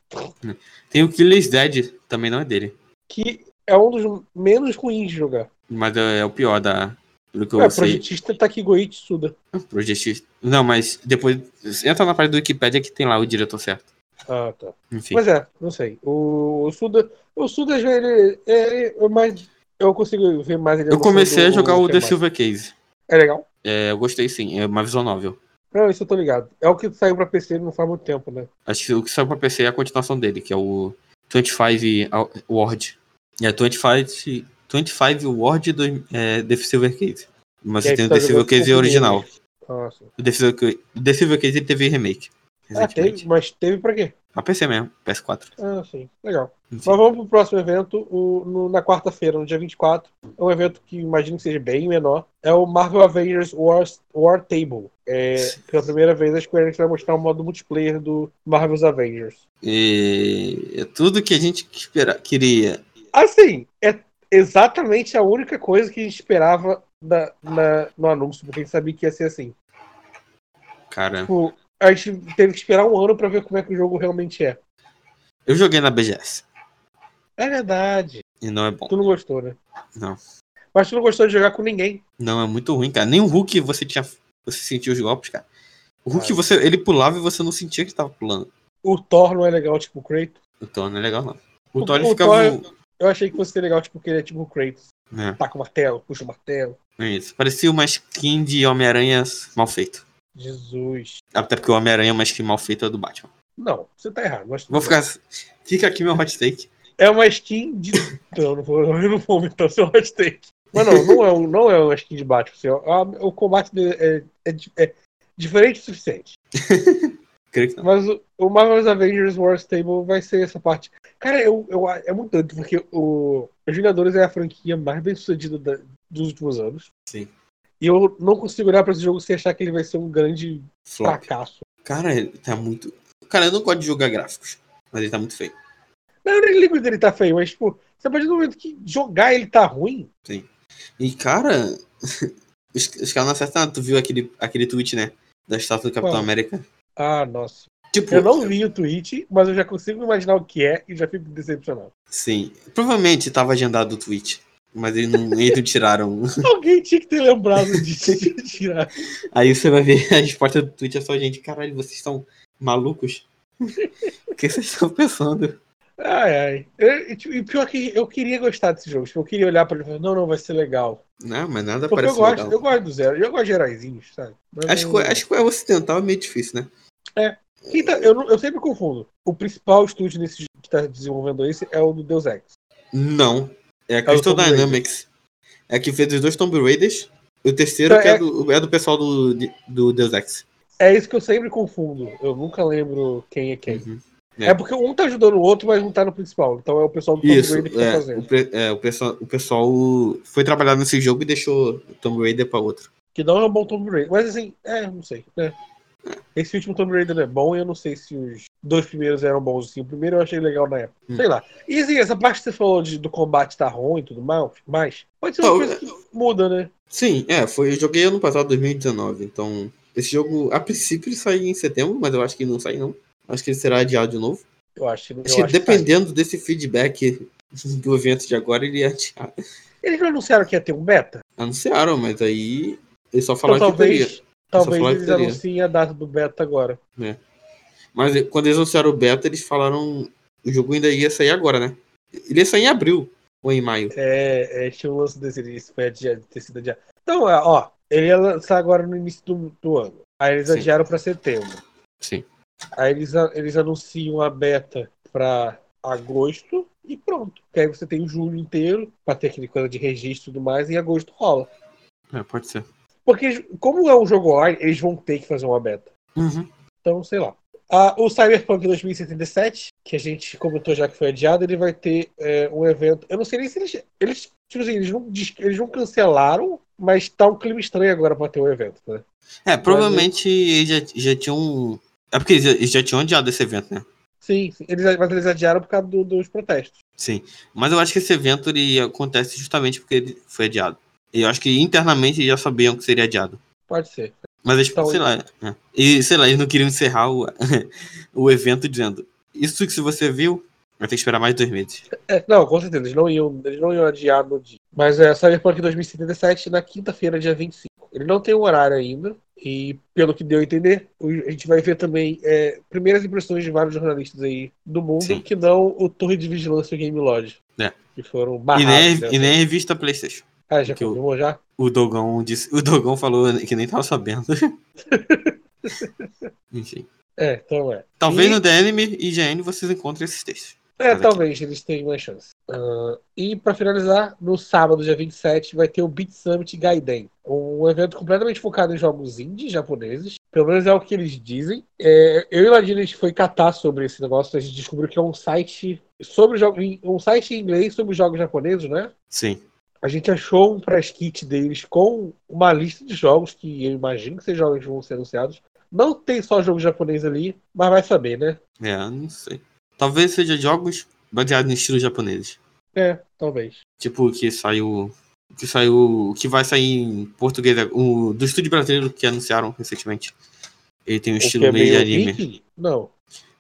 S2: Tem o Killer's Dead, também não é dele.
S1: Que é um dos menos ruins de jogar.
S2: Mas é, é o pior da... Do que eu
S1: é,
S2: sei.
S1: projetista Takiguichi Suda.
S2: Projetista. Não, mas depois... Entra na parte do Wikipedia que tem lá o diretor certo.
S1: Ah, tá.
S2: Enfim.
S1: Mas é, não sei. O, o Suda. O Suda, ele. ele eu, mais, eu consigo ver mais ele
S2: eu comecei a
S1: anunciando
S2: jogar o The
S1: tema.
S2: Silver Case.
S1: É legal?
S2: É, eu gostei sim, é uma visual novel.
S1: Não, isso eu tô ligado. É o que saiu pra PC não faz muito tempo, né?
S2: Acho que o que saiu pra PC é a continuação dele, que é o 25 Word. É 25, 25 Word do, é, The Silver Case. Mas
S1: E aí
S2: tem o
S1: tu tá
S2: The Silver
S1: jogando com
S2: Case
S1: o
S2: original.
S1: remake. Nossa.
S2: O The Silver, Ca- o The Silver Case ele teve remake.
S1: Ah, teve,
S2: Recentemente.
S1: mas teve pra quê?
S2: A PC mesmo, PS4.
S1: Ah, sim. Legal.
S2: Enfim.
S1: Mas vamos pro próximo evento, o- no- na quarta-feira, no dia 24. É um evento que imagino que seja bem menor. É o Marvel Avengers War, War Table. É, pela primeira vez, a Square Enix vai mostrar o modo multiplayer do Marvel's Avengers.
S2: E é tudo que a gente espera, queria.
S1: Assim, é exatamente a única coisa que a gente esperava da- na- no anúncio, porque a gente sabia que ia ser assim.
S2: Cara,
S1: Tipo, a gente teve que esperar um ano pra ver como é que o jogo realmente é.
S2: eu joguei na BGS
S1: É verdade.
S2: e não é bom.
S1: Tu não gostou, né?
S2: Não.
S1: Mas tu não gostou de jogar com ninguém.
S2: Não, é muito ruim, cara. Nem o Hulk você tinha. Você sentia os golpes, cara. O Hulk,
S1: Cara.
S2: você, ele pulava e você não sentia que tava pulando.
S1: O Thor não é legal, tipo o Kratos.
S2: O Thor não é legal, não.
S1: O-
S2: O Thor ele
S1: o
S2: ficava.
S1: Eu achei que fosse ser legal, tipo, que ele é tipo o Kratos.
S2: É,
S1: Taca o martelo, puxa o martelo.
S2: é isso. Parecia uma skin de Homem-Aranha mal feito.
S1: Jesus.
S2: Até porque o Homem-Aranha é uma skin mal feita do Batman.
S1: Não, você tá errado. Mas
S2: Vou ficar. Fica aqui meu hot take.
S1: É uma skin de. não, não vou, eu não vou aumentar o seu hot take. Mas não, não é, um, não é uma skin de Batman. assim, a- o combate dele é, é di- é diferente o suficiente.
S2: Creio que não.
S1: Mas o, o Marvel's Avengers War Stable vai ser essa parte. Cara, eu, eu, é muito doido, porque o, os Vingadores é a franquia mais bem sucedida da- dos últimos anos.
S2: Sim.
S1: E eu não consigo olhar pra esse jogo sem achar que ele vai ser um grande
S2: Flop.
S1: fracasso.
S2: Cara, ele tá muito. Cara, eu não gosto de jogar gráficos. Mas ele tá muito feio.
S1: Não, eu nem ligo dele tá feio, mas, tipo, você partir do momento que jogar ele tá ruim.
S2: E, cara, <laughs> os, os caras não acertaram. Tu viu aquele, aquele tweet, né? Da estátua do Capitão
S1: Qual?
S2: América?
S1: Ah, nossa.
S2: Tipo,
S1: Eu não vi o tweet, mas eu já consigo imaginar o que é e já fico
S2: <laughs>
S1: decepcionado.
S2: sim. Provavelmente tava agendado o tweet. Mas eles não, eles não tiraram. <laughs>
S1: Alguém tinha que ter lembrado de de <laughs> tirar.
S2: Aí você vai ver a resposta do tweet é só gente. Caralho, vocês estão malucos? <laughs> O que vocês estão pensando?
S1: Ai, ai. Eu- E tipo, e pior que eu queria gostar desse jogo. Tipo, eu queria olhar pra ele e falar, não, não, vai ser legal.
S2: Não, mas nada
S1: Porque eu
S2: parece
S1: gosto,
S2: legal.
S1: eu gosto do zero. Eu gosto de heróizinhos, sabe? Mas
S2: Acho
S1: não-
S2: que, acho que é ocidental é meio difícil, né?
S1: Quem tá- eu, não- eu sempre confundo. O principal estúdio nesse que tá desenvolvendo esse é o do Deus Ex.
S2: Não. É a
S1: do
S2: Crystal
S1: Tomb Raider.
S2: Dynamics. É a que fez os dois Tomb Raiders. O terceiro
S1: Então,
S2: que é,
S1: é-
S2: do, é do pessoal do, do Deus Ex.
S1: É isso que eu sempre confundo. Eu nunca lembro quem é quem.
S2: Uhum.
S1: É. porque um tá ajudando o outro, mas não tá no principal. Então é o pessoal do Tomb
S2: Isso,
S1: Raider que tá
S2: é, o,
S1: fazendo.
S2: pe- é, o pessoal, o pessoal foi trabalhar nesse jogo e deixou o Tomb Raider pra outro.
S1: Que não é um bom Tomb Raider. Mas assim, é, não sei. né? Esse último Tomb Raider não é bom e eu não sei se os dois primeiros eram bons. Assim. O primeiro eu achei legal na época.
S2: Hum.
S1: Sei lá. E assim, essa parte que você falou de- do combate tá ruim e tudo mais, mas pode ser uma
S2: Não,
S1: coisa que muda, né?
S2: Sim, é, foi, eu joguei ano passado, 2019, então esse jogo a princípio ele sai em setembro, mas eu acho que não sai não. Acho que ele será adiado de novo.
S1: Eu acho. eu
S2: Acho que
S1: acho que tá
S2: dependendo desse feedback do evento de agora, ele ia adiar.
S1: tá. Eles não anunciaram que ia ter um beta?
S2: Anunciaram, mas aí eles só
S1: Então
S2: falaram que teria.
S1: talvez, talvez
S2: falar que
S1: eles
S2: teria.
S1: anunciem a data do beta agora.
S2: Mas eh, quando eles anunciaram o beta, eles falaram. O jogo ainda ia sair agora, né? Ele ia sair em abril ou em maio.
S1: É, é tinha um lance desse isso foi adiado, ter sido adiado. Então, é, ó, ele ia lançar agora no início do, do ano. Aí eles
S2: Sim.
S1: adiaram pra setembro.
S2: Sim.
S1: Aí eles, a- eles anunciam a beta pra agosto e pronto. Porque aí você tem o julho inteiro pra ter aquele coisa de registro e tudo mais, e em agosto rola.
S2: É, pode ser.
S1: Porque, como é um jogo online, eles vão ter que fazer uma beta.
S2: Uhum.
S1: Então, sei lá. Ah, o Cyberpunk 2077, que a gente comentou já que foi adiado, ele vai ter é, um evento. Eu não sei nem se eles. Eles, tipo assim, eles, não, dis- eles não cancelaram, mas tá um clima estranho agora pra ter um evento, né?
S2: É, provavelmente eles já, já tinham. É porque eles já, eles já tinham adiado esse evento, né?
S1: Sim, sim. Eles, mas eles adiaram por causa do- dos protestos.
S2: Sim. Mas eu acho que esse evento ele acontece justamente porque ele foi adiado. E eu acho que internamente eles já sabiam que seria adiado.
S1: Pode ser.
S2: Mas é tipo,
S1: Então,
S2: sei lá. né? E sei lá, eles não queriam encerrar o, <laughs> o evento dizendo. Isso que se você viu, vai ter que esperar mais dois meses.
S1: É, não, com certeza, eles não iam, eles não iam adiar no dia. Mas é Cyberpunk 2077 na quinta-feira, dia 25. Ele não tem um horário ainda. E pelo que deu a entender, o- a gente vai ver também é, primeiras impressões de vários jornalistas aí do mundo,
S2: Sim.
S1: que não o Torre de Vigilância e o Game Lodge.
S2: É.
S1: Que foram
S2: E
S1: barrados.
S2: nem,
S1: né?
S2: e nem a revista PlayStation.
S1: Ah, já
S2: que o-
S1: confirmou já? <laughs>
S2: O Dogão disse. O Dogão falou que nem tava sabendo. Enfim.
S1: É, então é.
S2: Talvez
S1: E-
S2: no DNM e IGN vocês encontrem esses textos.
S1: É,
S2: Mas aqui-
S1: talvez eles tenham uma chance. Ah, e pra finalizar, no sábado, dia 27, vai ter o Beat Summit Gaiden. Um evento completamente focado em jogos indie japoneses. Pelo menos é o que eles dizem. É, eu e o Ladino, a gente foi catar sobre esse negócio. A gente descobriu que é um site sobre jogos. Um site em inglês sobre jogos japoneses, né?
S2: Sim.
S1: A gente achou um press kit deles com uma lista de jogos que eu imagino que esses jogos vão ser anunciados. Não tem só jogo japonês ali, mas vai saber, né?
S2: É, não sei. Talvez seja jogos baseados em estilos japoneses.
S1: É, talvez.
S2: Tipo, o que saiu. o Que saiu. O que vai sair em português. O do estúdio brasileiro que anunciaram recentemente. Ele tem um
S1: O
S2: estilo
S1: que é
S2: meio de
S1: meio
S2: anime.
S1: geek? Não.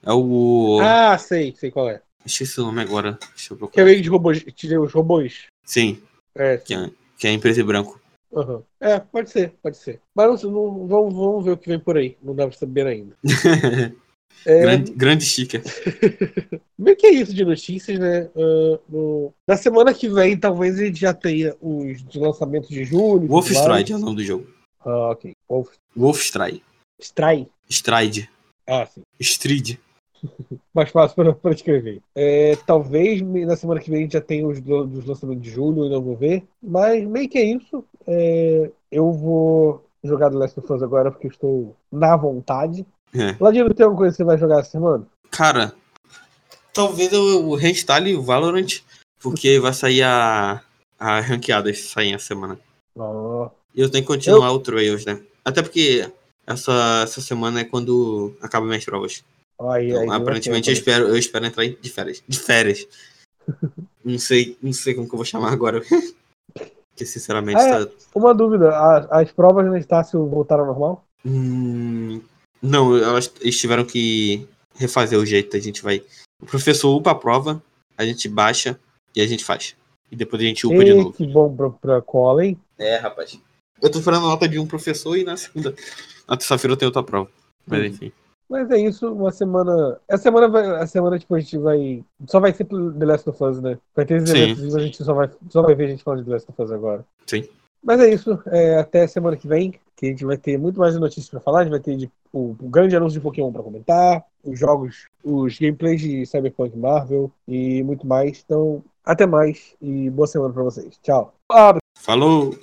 S2: É o.
S1: Ah, sei, sei qual é.
S2: Esqueci o nome agora. Deixa eu
S1: Que é
S2: procurar.
S1: meio de robôs, tirei os robôs.
S2: Sim,
S1: É,
S2: que é, que é em preto e branco.
S1: aham. é, pode ser, pode ser. Mas não, não- vamos, vamos ver o que vem por aí. Não dá pra saber ainda. É,
S2: <laughs> grande, grande sticker.
S1: meio que é isso de notícias, né? Ah, no- na semana que vem, talvez a gente já tenha os de lançamentos de julho.
S2: Wolf
S1: tudo mais.
S2: Stride é o nome do jogo.
S1: Ah, ok. Wolf
S2: Wolf Stride.
S1: Strike.
S2: Stride.
S1: Ah, sim.
S2: Stride.
S1: mais fácil para para escrever. É, talvez me- na semana que vem a gente já tenha os do- dos lançamentos de julho, eu não vou ver. Mas meio que é isso. É, eu vou jogar The Last of Us agora porque estou na vontade.
S2: É.
S1: Ladino, tem alguma coisa que você vai jogar essa semana?
S2: Cara, talvez eu eu reinstale o Valorant, porque vai sair a, a ranqueada que saem a semana.
S1: Não.
S2: E eu tenho que continuar o Trails, né? Até porque essa, essa semana é quando acabam minhas provas.
S1: Aí,
S2: Então,
S1: aí, né? deu
S2: aparentemente eu
S1: tempo.
S2: espero, eu espero entrar de férias.
S1: <laughs>
S2: De férias. não, sei, não sei como que eu vou chamar agora. <laughs> porque, sinceramente,
S1: Ah, é.
S2: tá...
S1: Uma dúvida: a- as provas na Estácio voltaram ao normal?
S2: Hum, não, elas, eles tiveram que refazer o jeito. A gente vai. O professor upa a prova, a gente baixa e a gente faz. E depois a gente upa de
S1: Ei,
S2: novo.
S1: Que bom pra, pra cola, hein?
S2: É, rapaz. Eu tô esperando a nota de um professor e na segunda. Na terça-feira eu tenho outra prova. Mas
S1: Hum.
S2: enfim.
S1: Mas é isso, uma semana. Essa semana, vai... a semana tipo, a gente vai. Só vai ser The Last of Us, né? Vai ter esses
S2: Sim.
S1: eventos, a gente só vai... só vai ver a gente falando de The Last of Us agora.
S2: Sim.
S1: Mas é isso. é, Até semana que vem, que a gente vai ter muito mais notícias pra falar. A gente vai ter de- o... o grande anúncio de Pokémon pra comentar, os jogos, os gameplays de Cyberpunk Marvel e muito mais. Então, até mais e boa semana pra vocês. Tchau. Ah,
S2: Falou!